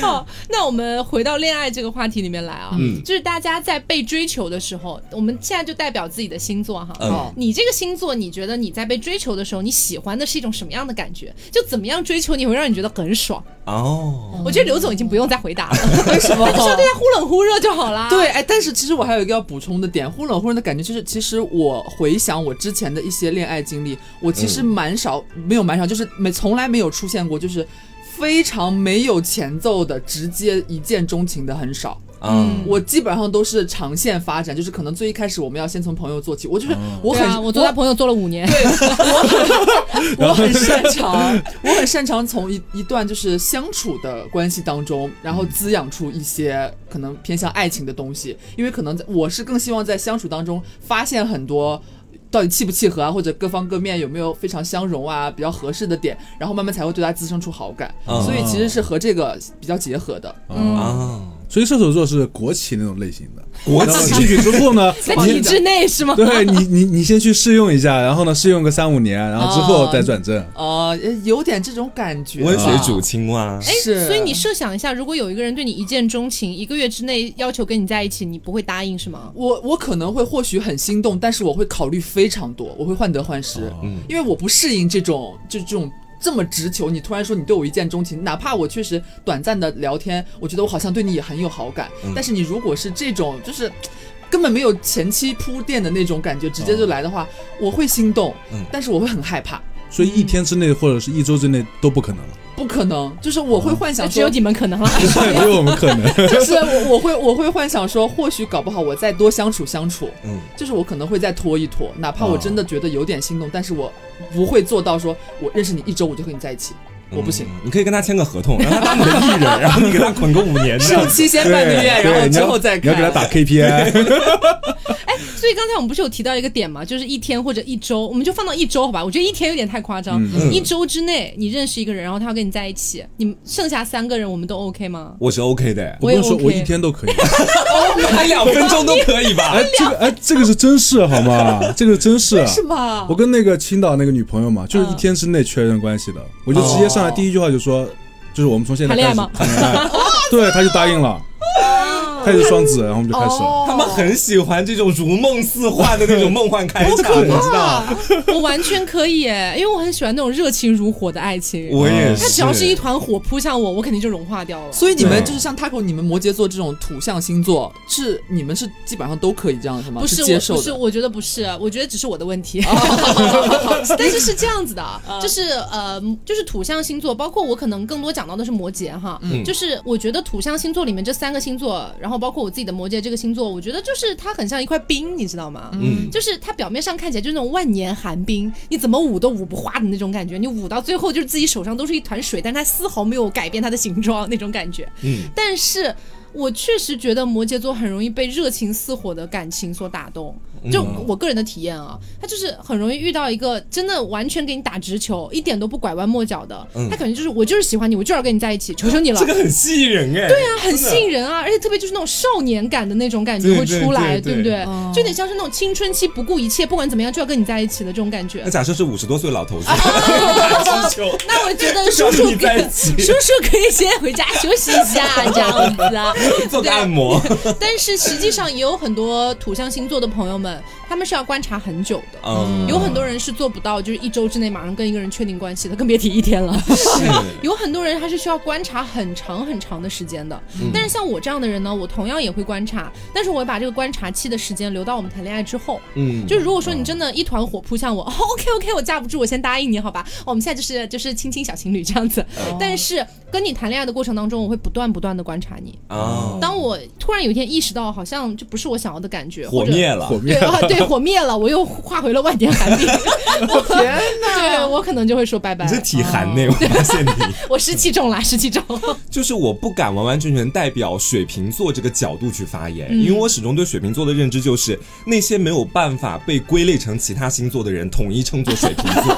Speaker 1: 好，哦那我们回到恋爱这个话题里面来啊，
Speaker 2: 嗯
Speaker 1: 就是大家在被追求的时候，我们现在就代表自己的星座哈。
Speaker 2: 嗯
Speaker 3: 哦
Speaker 1: 你这个星座，你觉得你在被追求的时候，你喜欢的是一种什么样的感觉？就怎么样追求你会让你觉得很爽？
Speaker 2: 哦，
Speaker 1: 我觉得刘总已经不用再回答 了，
Speaker 3: 为什么？
Speaker 1: 他就说对他忽冷忽热就好啦。
Speaker 3: 对，哎，但是其实我还有一个要补充的点，忽冷忽热的感觉，就是其实我回想我之前的一些恋爱经历，我其实蛮少，没有蛮少，就是没从来没有出现过，就是非常没有前奏的，直接一见钟情的很少。
Speaker 2: 嗯
Speaker 3: 我基本上都是长线发展，就是可能最一开始我们要先从朋友做起。我就是我
Speaker 1: 对
Speaker 3: 很、
Speaker 1: 啊，我做他朋友做了五年。，
Speaker 3: 我很擅长，我很擅长从一一段就是相处的关系当中，然后滋养出一些可能偏向爱情的东西，因为可能在我是更希望在相处当中发现很多。到底契不契合啊，或者各方各面有没有非常相融啊，比较合适的点，然后慢慢才会对他滋生出好感，
Speaker 2: 哦
Speaker 3: 所以其实是和这个比较结合的。
Speaker 2: 啊，
Speaker 4: 所以射手座是国企那种类型的。
Speaker 2: 国
Speaker 4: 然后
Speaker 2: 企
Speaker 4: 进去之后呢
Speaker 1: 在体制内是 吗？
Speaker 4: 对你你你先去试用一下，然后呢试用个三五年，然后之后再转正。
Speaker 3: 呃，有点这种感觉吧。
Speaker 2: 温水煮青蛙，
Speaker 1: 哎，
Speaker 3: 是
Speaker 1: 所以你设想一下，如果有一个人对你一见钟情，一个月之内要求跟你在一起，你不会答应是吗？
Speaker 3: 我我可能会或许很心动，但是我会考虑非常多，我会患得患
Speaker 4: 哦
Speaker 3: 失，
Speaker 2: 嗯
Speaker 3: 因为我不适应这种就这种这么直球。你突然说你对我一见钟情，哪怕我确实短暂的聊天，我觉得我好像对你也很有好感，但是你如果是这种就是。根本没有前期铺垫的那种感觉，直接就来的话，我会心动，
Speaker 2: 嗯
Speaker 3: 但是我会很害怕，
Speaker 4: 所以一天之内或者是一周之内都不可能了，
Speaker 3: 不可能，就是我会幻
Speaker 1: 那
Speaker 3: 想
Speaker 1: 只
Speaker 3: 说，
Speaker 1: 有你们可 能了。
Speaker 4: 没有我们可能。
Speaker 3: 就是 我我会我会幻想说，或许搞不好我再多相处相处，
Speaker 2: 嗯，
Speaker 3: 就是我可能会再拖一拖，哪怕我真的觉得有点心动，但是我不会做到说我认识你一周我就和你在一起，我不行。
Speaker 2: 嗯，你可以跟他签个合同，让他当你的艺人，然后你给他捆个五年这样
Speaker 3: 暑期先半个月，然后之后再
Speaker 4: 你要
Speaker 3: 看。
Speaker 4: 给他打 KPI，
Speaker 1: 所以刚才我们不是有提到一个点嘛，就是一天或者一周，我们就放到一周好吧？我觉得一天有点太夸张。
Speaker 2: 嗯
Speaker 1: 一周之内你认识一个人，然后他要跟你在一起，你们剩下三个人我们都 OK 吗？
Speaker 2: 我是 OK 的，
Speaker 4: 我
Speaker 1: 也
Speaker 4: 跟你说，
Speaker 1: OK
Speaker 4: 我一天都可以。
Speaker 2: 还两分钟都可以吧
Speaker 4: 哎？，这个哎，这个是真事好吗？这个是真事。
Speaker 3: 是吗
Speaker 4: 我？跟那个青岛那个女朋友嘛，就是一天之内确认关系的，我就直接上来第一句话就说，就是我们从现在开始
Speaker 1: 谈恋爱吗
Speaker 4: 谈恋爱， 对，他就答应了，他也是双子，然后我们就开始了。
Speaker 2: 他们很喜欢这种如梦似幻的那种梦 幻开
Speaker 1: 啊
Speaker 2: 场，你知道？
Speaker 1: 我完全可以耶，因为我很喜欢那种热情如火的爱情。
Speaker 2: 我也是，
Speaker 1: 他只要是一团火扑向我，我肯定就融化掉了。
Speaker 3: 所以你们
Speaker 2: 对
Speaker 3: 就是像 Taco，你们摩羯座这种土象星座，是你们是基本上都可以这样是吗？
Speaker 1: 不是
Speaker 3: 是
Speaker 1: 我
Speaker 3: 接，受
Speaker 1: 不是，
Speaker 3: 的。
Speaker 1: 我觉得不是，啊我觉得只是我的问题。
Speaker 3: 哦
Speaker 1: 但是是这样子的，啊
Speaker 3: 嗯
Speaker 1: 就是呃，就是土象星座，包括我可能更多讲到的是摩羯哈，
Speaker 3: 嗯
Speaker 1: 就是我觉得土象星座里面这三个星座，然后包括我自己的摩羯这个星座，我觉得就是它很像一块冰，你知道吗？
Speaker 2: 嗯，
Speaker 1: 就是它表面上看起来就是那种万年寒冰，你怎么捂都捂不化的那种感觉，你捂到最后就是自己手上都是一团水，但它丝毫没有改变它的形状那种感觉。
Speaker 2: 嗯，
Speaker 1: 但是。我确实觉得摩羯座很容易被热情似火的感情所打动，
Speaker 2: 嗯
Speaker 1: 就我个人的体验啊，他就是很容易遇到一个真的完全给你打直球，一点都不拐弯抹角的，他可能就是我就是喜欢你，我就要跟你在一起，求求你了，
Speaker 2: 嗯这个很吸引人哎，对啊
Speaker 1: 很吸引人 啊，而且特别就是那种少年感的那种感觉
Speaker 2: 对
Speaker 1: 会出来，
Speaker 2: 对对
Speaker 1: 不对
Speaker 2: 对？
Speaker 1: 就有点像是那种青春期不顾一切，不管怎么样就要跟你在一起的这种感 觉
Speaker 2: 那。假设是五十多岁老头子，
Speaker 1: 啊
Speaker 2: 打气球
Speaker 1: 那我觉得
Speaker 2: 就
Speaker 1: 叔
Speaker 2: 想
Speaker 1: 叔
Speaker 2: 跟你在
Speaker 1: 可以
Speaker 2: 一起
Speaker 1: 叔叔可以先回家休息一下，这样子啊。
Speaker 2: 做个按摩，
Speaker 1: 但是实际上也有很多土象星座的朋友们，他们是要观察很久的。
Speaker 2: 嗯，
Speaker 1: 有很多人是做不到，就是一周之内马上跟一个人确定关系的，更别提一天了。 有很多人他是需要观察很长很长的时间的。但是像我这样的人呢，我同样也会观察，但是我会把这个观察期的时间留到我们谈恋爱之后。
Speaker 2: 嗯，
Speaker 1: 就是如果说你真的一团火扑向我、哦、，OK OK，我架不住，我先答应你，好吧？哦我们现在就是就是亲亲小情侣这样子。但是跟你谈恋爱的过程当中，我会不断不断的观察你。
Speaker 2: 啊，
Speaker 1: 当我突然有一天意识到，好像这不是我想要的感觉，
Speaker 2: 火
Speaker 1: 或者
Speaker 2: 灭了
Speaker 4: 火，
Speaker 1: 对
Speaker 4: 面
Speaker 1: 啊，对，火灭了，我又化回了万年寒 冰。我天哪！对我可能就会说拜拜
Speaker 2: 你。这体寒
Speaker 1: 哦
Speaker 2: 呢，我发现你。
Speaker 1: 我湿气重了，湿气重。
Speaker 2: 就是我不敢完完全全代表水瓶座这个角度去发言，因为我始终对水瓶座的认知就是那些没有办法被归类成其他星座的人，统一称作水瓶座。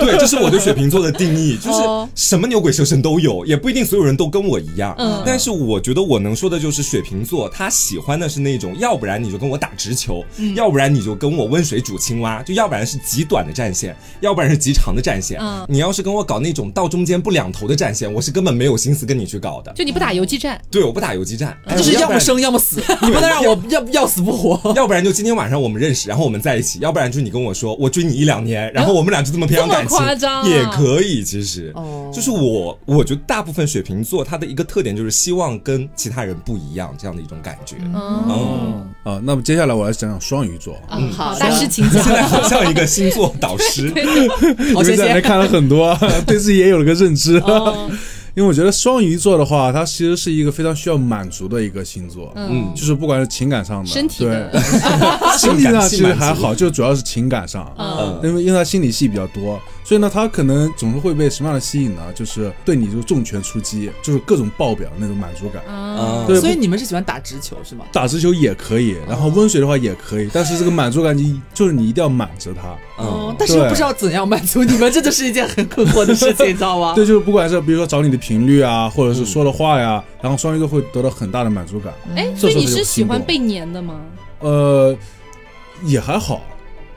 Speaker 2: 对，这是我对水瓶座的定义，就是什么牛鬼蛇神都有，也不一定所有人都跟我一样。
Speaker 1: 嗯
Speaker 2: 但是我觉得我能说的就是水瓶座，他喜欢的是那种，要不然你就跟我打直球，要不然你就跟我温水煮青蛙，就要不然是极短的战线，要不然是极长的战线。
Speaker 1: 嗯
Speaker 2: 你要是跟我搞那种到中间不两头的战线，我是根本没有心思跟你去搞的。
Speaker 1: 就你不打游击战，
Speaker 2: 对，我不打游击战，
Speaker 4: 哎
Speaker 3: 就是
Speaker 2: 要
Speaker 3: 要
Speaker 2: 不
Speaker 3: 么
Speaker 2: 然，
Speaker 3: 生要么死，你 不能让我要要死不活。
Speaker 2: 要不然就今天晚上我们认识，然后我们在一起；要不然就是你跟我说我追你一两年，然后我们俩就这么培养感情，
Speaker 1: 这么夸张啊
Speaker 2: 也可以。其实，
Speaker 3: 哦
Speaker 2: 就是我，我觉得大部分水瓶座他的一个特点就是希望跟其他人不一样，这样的一种感觉。哦
Speaker 1: 嗯，
Speaker 4: 啊。那么接下来我来讲讲双鱼座。
Speaker 1: 嗯
Speaker 3: 好
Speaker 1: 大师请
Speaker 2: 现
Speaker 1: 讲。
Speaker 2: 在好像一个星座 导师，
Speaker 3: 好，
Speaker 4: 我
Speaker 3: 谢
Speaker 4: 在那
Speaker 3: 谢。
Speaker 4: 看了很多，对自己也有了个认知。
Speaker 1: 哦
Speaker 4: 因为我觉得双鱼座的话，它其实是一个非常需要满足的一个星座，
Speaker 1: 嗯，
Speaker 4: 就是不管是情感上的、
Speaker 1: 身体的
Speaker 4: 对身体上其实还
Speaker 2: 性满
Speaker 4: 好，就主要是情感上，
Speaker 1: 嗯
Speaker 4: 因为因为他心理戏比较多，所以呢，他可能总是会被什么样的吸引呢？就是对你就重拳出击，就是各种爆表那种满足感。
Speaker 1: 啊，
Speaker 4: 对，
Speaker 3: 所以你们是喜欢打直球是吗？
Speaker 4: 打直球也可以，然后温水的话也可以，但是这个满足感你就是你一定要满着它。
Speaker 3: 哦
Speaker 2: 嗯，，
Speaker 3: 但是又
Speaker 4: 对
Speaker 3: 不知道怎样满足你们，这就是一件很困惑的事情，你知道吗？
Speaker 4: 对，就是不管是比如说找你的频率啊，或者是说的话呀，然后双鱼座会得到很大的满足感。
Speaker 1: 哎，
Speaker 4: 这
Speaker 1: 所
Speaker 4: 时
Speaker 1: 以
Speaker 4: 候
Speaker 1: 你
Speaker 4: 就是有
Speaker 1: 喜
Speaker 4: 心
Speaker 1: 欢
Speaker 4: 动
Speaker 1: 被粘的吗？
Speaker 4: 呃，也还好，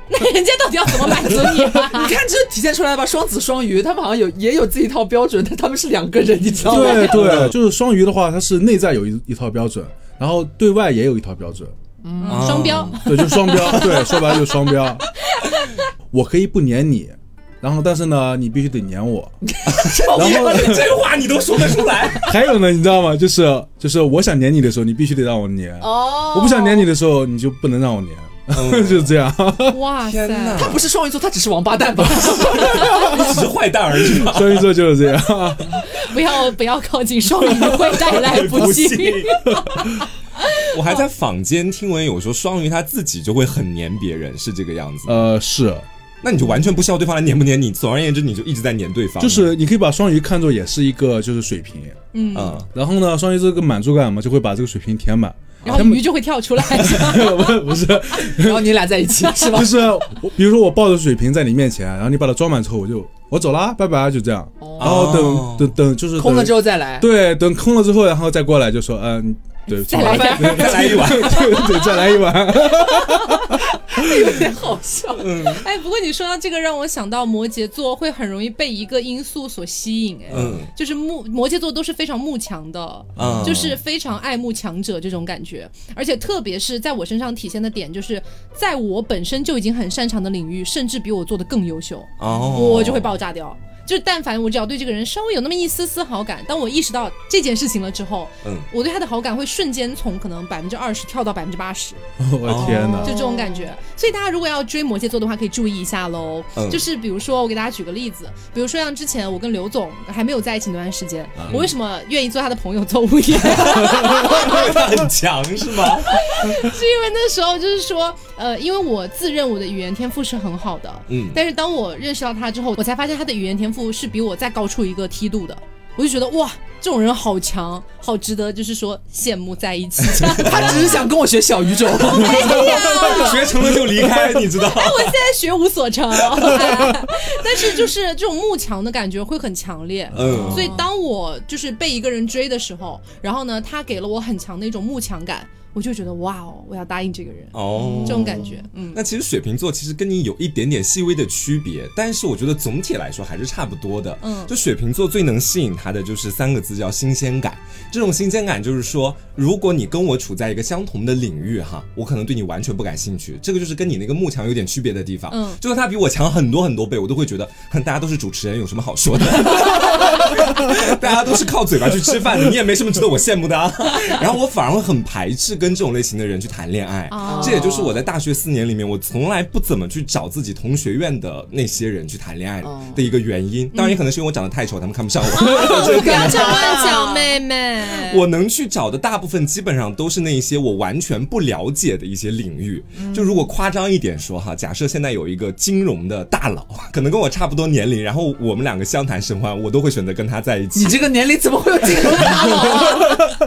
Speaker 1: 那人家到底要怎么满足你 啊？
Speaker 3: 你看，这体现出来吧，双子双鱼，他们好像有也有自己一套标准，但他们是两个人，你知道吗？
Speaker 4: 对对，就是双鱼的话，它是内在有一一套标准，然后对外也有一套标准，
Speaker 1: 嗯双标，
Speaker 4: 对，就是双标，对，说白了就是双标。我可以不粘你，然后但是呢，你必须得粘我。然后
Speaker 2: 这话哎你都说得出来？
Speaker 4: 还有呢，你知道吗？就是就是我想粘你的时候，你必须得让我粘；
Speaker 3: 哦
Speaker 4: 我不想粘你的时候，你就不能让我粘， 就是这样。
Speaker 1: 哇塞
Speaker 2: 天！哪
Speaker 3: 他不是双鱼座，他只是王八 蛋吧？
Speaker 2: 你只是坏蛋而已嘛。
Speaker 4: 双鱼座就是这样。
Speaker 1: 不要不要靠近双鱼，会带来 不幸。
Speaker 2: 我还在坊间听闻有说双鱼他自己就会很黏别人，是这个样子。
Speaker 4: 呃，是，
Speaker 2: 那你就完全不需要对方来黏不黏你，总而言之你就一直在黏对方。
Speaker 4: 就是你可以把双鱼看作也是一个就是水瓶，
Speaker 2: 嗯，
Speaker 4: 然后呢，双鱼这个满足感嘛，就会把这个水瓶填满。
Speaker 1: 然后鱼就会跳出来，
Speaker 4: 不是 不是，
Speaker 3: 然后你俩在一起是吧
Speaker 4: 就？是我比如说我抱着水瓶在你面前，然后你把它装满之后，我就我走啦，拜拜，就这样。然后等、
Speaker 2: 哦
Speaker 4: 等等，就是
Speaker 3: 空了之
Speaker 4: 后，
Speaker 3: 后再来。
Speaker 4: 对，等空了之后，然后再过来就说，嗯、对，
Speaker 1: 再来一点
Speaker 4: 对
Speaker 2: 再来一碗
Speaker 4: 对对，再来一碗。
Speaker 3: 有点 好笑。
Speaker 1: 哎，不过你说到这个，让我想到摩羯座会很容易被一个因素所吸引，哎，
Speaker 2: 嗯
Speaker 1: 就是慕摩羯座都是非常慕强的，
Speaker 2: 嗯
Speaker 1: 就是非常爱慕强者这种感觉，而且特别是在我身上体现的点，就是在我本身就已经很擅长的领域，甚至比我做的更优秀，
Speaker 2: 哦，
Speaker 1: 我就会爆炸掉。就是但凡我只要对这个人稍微有那么一丝丝好感，当我意识到这件事情了之后，
Speaker 2: 嗯
Speaker 1: 我对他的好感会瞬间从可能百分之二十跳到百分之八十。
Speaker 4: 我的天哪！
Speaker 1: 就这种感觉。所以大家如果要追摩羯座的话，可以注意一下喽。
Speaker 2: 嗯
Speaker 1: 就是比如说，我给大家举个例子，比如说像之前我跟刘总还没有在一起那段时间，
Speaker 2: 嗯
Speaker 1: 我为什么愿意做他的朋友做物 业？
Speaker 2: 因为他很强是吗？
Speaker 1: 是因为那时候就是说，呃，因为我自认我的语言天赋是很好的，
Speaker 2: 嗯
Speaker 1: 但是当我认识到他之后，我才发现他的语言天赋是比我再高出一个梯度的。我就觉得哇，这种人好强，好值得，就是说羡慕在一 起。这样子
Speaker 3: 他只是想跟我学 小语种，
Speaker 1: 哎呀
Speaker 2: 学成了就离开，你知道？
Speaker 1: 我现在学无所成， 但是就是这种慕强的感觉会很强烈。
Speaker 2: 嗯
Speaker 1: 所以当我就是被一个人追的时候，然后呢，他给了我很强的一种慕强感，我就觉得哇哦，我要答应这个人，
Speaker 2: 哦，
Speaker 1: 这种感觉，嗯。
Speaker 2: 那其实水瓶座其实跟你有一点点细微的区别，但是我觉得总体来说还是差不多的。
Speaker 1: 嗯
Speaker 2: 就水瓶座最能吸引他的就是三个字叫新鲜感。这种新鲜感就是说，如果你跟我处在一个相同的领域哈，我可能对你完全不感兴趣，这个就是跟你那个幕墙有点区别的地方。
Speaker 1: 嗯
Speaker 2: 就算他比我强很多很多倍，我都会觉得，哼，大家都是主持人，有什么好说的？ 大家都是靠嘴巴去吃饭 的，你也没什么值得我羡慕的、啊。 然后我反而会很排斥跟这种类型的人去谈恋爱。
Speaker 1: 哦
Speaker 2: 这也就是我在大学四年里面，我从来不怎么去找自己同学院的那些人去谈恋爱
Speaker 3: 哦
Speaker 2: 的一个原因。当然，也可能是因为我长得太丑，他们看不上 我。
Speaker 1: 不要这样讲，妹妹。
Speaker 2: 我能去找的大部分基本上都是那一些我完全不了解的一些领域。
Speaker 3: 嗯
Speaker 2: 就如果夸张一点说哈，假设现在有一个金融的大佬，可能跟我差不多年龄，然后我们两个相谈甚欢，我都会选择跟他在一
Speaker 3: 你
Speaker 2: 起。
Speaker 3: 这个年龄怎么会有这个大佬？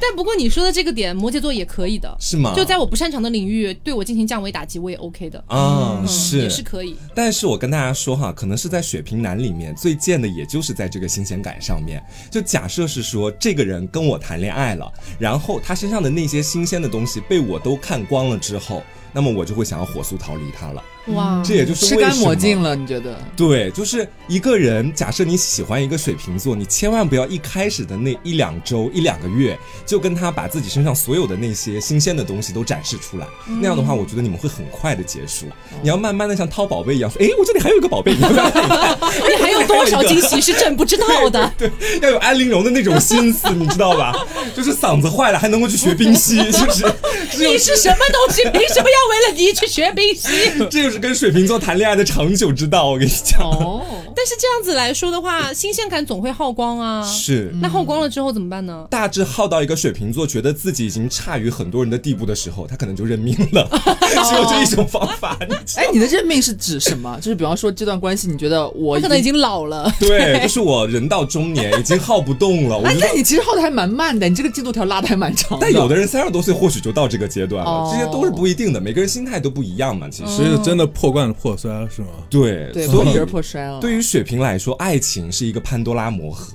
Speaker 1: 但不过你说的这个点，摩羯座也可以的，
Speaker 2: 是吗
Speaker 1: 就在我不擅长的领域，对我进行降维打击，我也 OK 的，
Speaker 2: 啊、
Speaker 1: 嗯，
Speaker 2: 是
Speaker 1: 也是可以。
Speaker 2: 但是我跟大家说哈，可能是在水瓶男里面最贱的，也就是在这个新鲜感上面。就假设是说这个人跟我谈恋爱了，然后他身上的那些新鲜的东西被我都看光了之后，那么我就会想要火速逃离他了。
Speaker 1: 哇，
Speaker 2: 这也就是
Speaker 3: 吃
Speaker 2: 为
Speaker 3: 干
Speaker 2: 什
Speaker 3: 抹
Speaker 2: 么
Speaker 3: 净了，你觉得？
Speaker 2: 对，就是一个人，假设你喜欢一个水瓶座，你千万不要一开始的那一两周、一两个月就跟他把自己身上所有的那些新鲜的东西都展示出来，那样的话，我觉得你们会很快的结束。你要慢慢的像掏宝贝一样说，哎，我这里还有一个宝贝，你要不要看一看？
Speaker 1: 你还有多少惊喜是朕不知道 的？
Speaker 2: 对，要有安陵容的那种心思，你知道吧？ 就是嗓子坏了还能够去学冰嬉，就是这
Speaker 1: 你
Speaker 2: 就是
Speaker 1: 什么东 西？凭什么要为了你去学冰嬉？
Speaker 2: 这就是跟水瓶座谈恋爱的长久之道，我跟你讲。
Speaker 3: 哦，
Speaker 1: 但是这样子来说的话，新鲜感总会耗光啊。
Speaker 2: 是。
Speaker 1: 那耗光了之后怎么办呢？
Speaker 2: 大致耗到一个水瓶座觉得自己已经差于很多人的地步的时候，他可能就认命了，只有这一种方法。你知道
Speaker 3: 哎，你的认命是指什么？就是比方说这段关系，你觉得我
Speaker 1: 他可能已经老了。
Speaker 2: 对，就是我人到中年已经耗不动了，我
Speaker 3: 哎，
Speaker 2: 觉得
Speaker 3: 那你其实耗的还蛮慢的，你这个进度条拉的还蛮长的。
Speaker 2: 但有的人三十多岁或许就到这个阶段了
Speaker 3: 哦，
Speaker 2: 这些都是不一定的，每个人心态都不一样嘛。其实，
Speaker 4: 所以真的破罐子破摔是吗？
Speaker 2: 对，
Speaker 3: 对
Speaker 2: 所
Speaker 3: 破
Speaker 2: 以
Speaker 3: 瓶儿破摔了。
Speaker 2: 对于水瓶来说，爱情是一个潘多拉魔盒，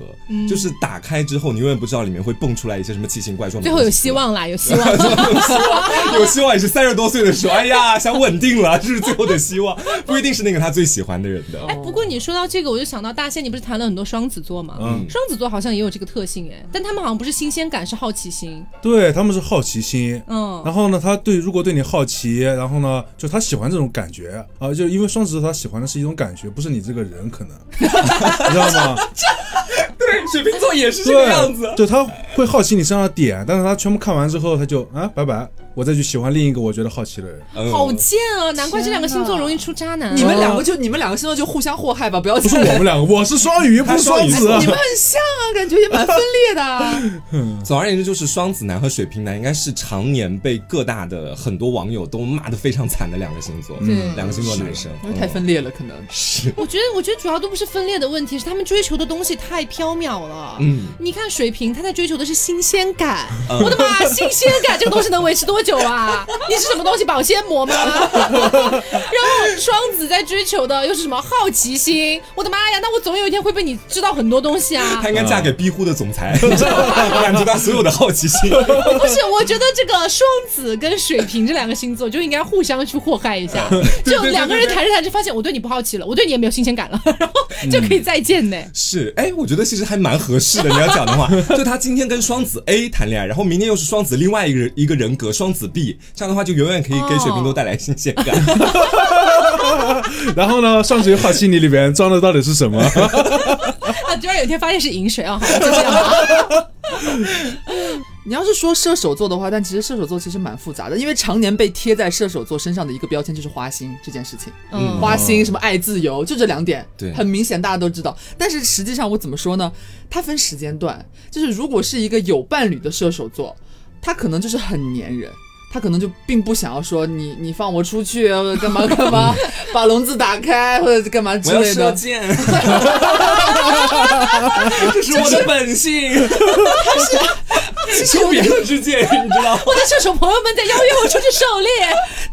Speaker 2: 就是打开之后，你永远不知道里面会蹦出来一些什么奇形怪状
Speaker 1: 嗯
Speaker 2: 的。
Speaker 1: 最后有希，望啦，有希 望。
Speaker 2: 有希望也是三十多岁的时候，哎呀，想稳定了，这是最后的希望，不一定是那个他最喜欢的人的。
Speaker 1: 哎，不过你说到这个，我就想到大仙，你不是谈了很多双子座吗？
Speaker 4: 嗯
Speaker 1: 双子座好像也有这个特性哎，但他们好像不是新鲜感，是好奇心。
Speaker 4: 对，他们是好奇心，
Speaker 1: 嗯
Speaker 4: 然后呢，他对如果对你好奇，然后呢，就他喜欢这种感觉啊、就因为双子座他喜欢的是一种感觉，不是你这个人 可能，你知道吗？
Speaker 2: 对，水瓶座也是这个样子
Speaker 4: 对，。对，他会好奇你身上的点，但是他全部看完之后，他就啊，拜拜，我再去喜欢另一个我觉得好奇的人。
Speaker 2: 嗯
Speaker 1: 好贱啊！难怪这两个星座容易出渣男。
Speaker 3: 你们两个就你们两个星座就互相祸害吧，不要
Speaker 4: 不是我 们两个，我是双鱼，不
Speaker 2: 他
Speaker 4: 是双
Speaker 2: 双鱼
Speaker 4: 子。
Speaker 3: 你们很像啊，感觉也蛮分裂的啊。
Speaker 2: 总而言之，就是双子男和水瓶男应该是常年被各大的很多网友都骂得非常惨的两个星座，
Speaker 1: 对
Speaker 2: 两个星座男生
Speaker 3: 因为太分裂了，可能
Speaker 2: 是，
Speaker 1: 我觉得，我觉得主要都不是分裂的问题，是他们追求的东西太缥缈了。
Speaker 2: 嗯
Speaker 1: 你看水瓶，他在追求的是新鲜感。我的 妈，新鲜感这个东西能维持多久 啊？你是什么东西保鲜 膜吗？然后双子在追求的又是什么好奇心？我的妈呀，那我总有一天会被你知道很多东西啊
Speaker 2: 他！应该嫁给庇护的总裁， 你知道吗满足他所有的好奇心。
Speaker 1: 不是，我觉得这个双子跟水瓶这两个星座就应该互相去祸害一 下，就两个人谈着谈着发现我对你不好奇了，我对你也没有新鲜感了，然后就可以再见呢。
Speaker 2: 是，哎，我觉得其实还蛮合适的。你要讲的话， 就他今天跟双子 A 谈恋爱，然后明天又是双子另外一个人一个人格双子 B，这样的话就永远可以给水瓶
Speaker 3: 哦
Speaker 2: 座带来新鲜感。
Speaker 4: 然后呢，上学好奇你里边装的到底 是什么？
Speaker 1: 啊，居然有一天发现是饮水啊，好，就这样吧。
Speaker 3: 你要是说射手座的话，但其实射手座其实蛮复杂的，因为常年被贴在射手座身上的一个标签就是花心这件事情。
Speaker 1: 嗯
Speaker 3: 花心什么爱自由，就这两点，
Speaker 2: 对
Speaker 3: 很明显大家都知道。但是实际上我怎么说呢？它分时间段，就是如果是一个有伴侣的射手座，他可能就是很粘人。他可能就并不想要说你你放我出去 呃干嘛干 嘛，把笼子打开或者干嘛之
Speaker 2: 我要
Speaker 3: 类
Speaker 2: 射。
Speaker 3: 的
Speaker 2: 箭， 这是我的本性， 出别人之箭，你知道吗？
Speaker 1: 我的射手朋友们在邀约我出去狩猎。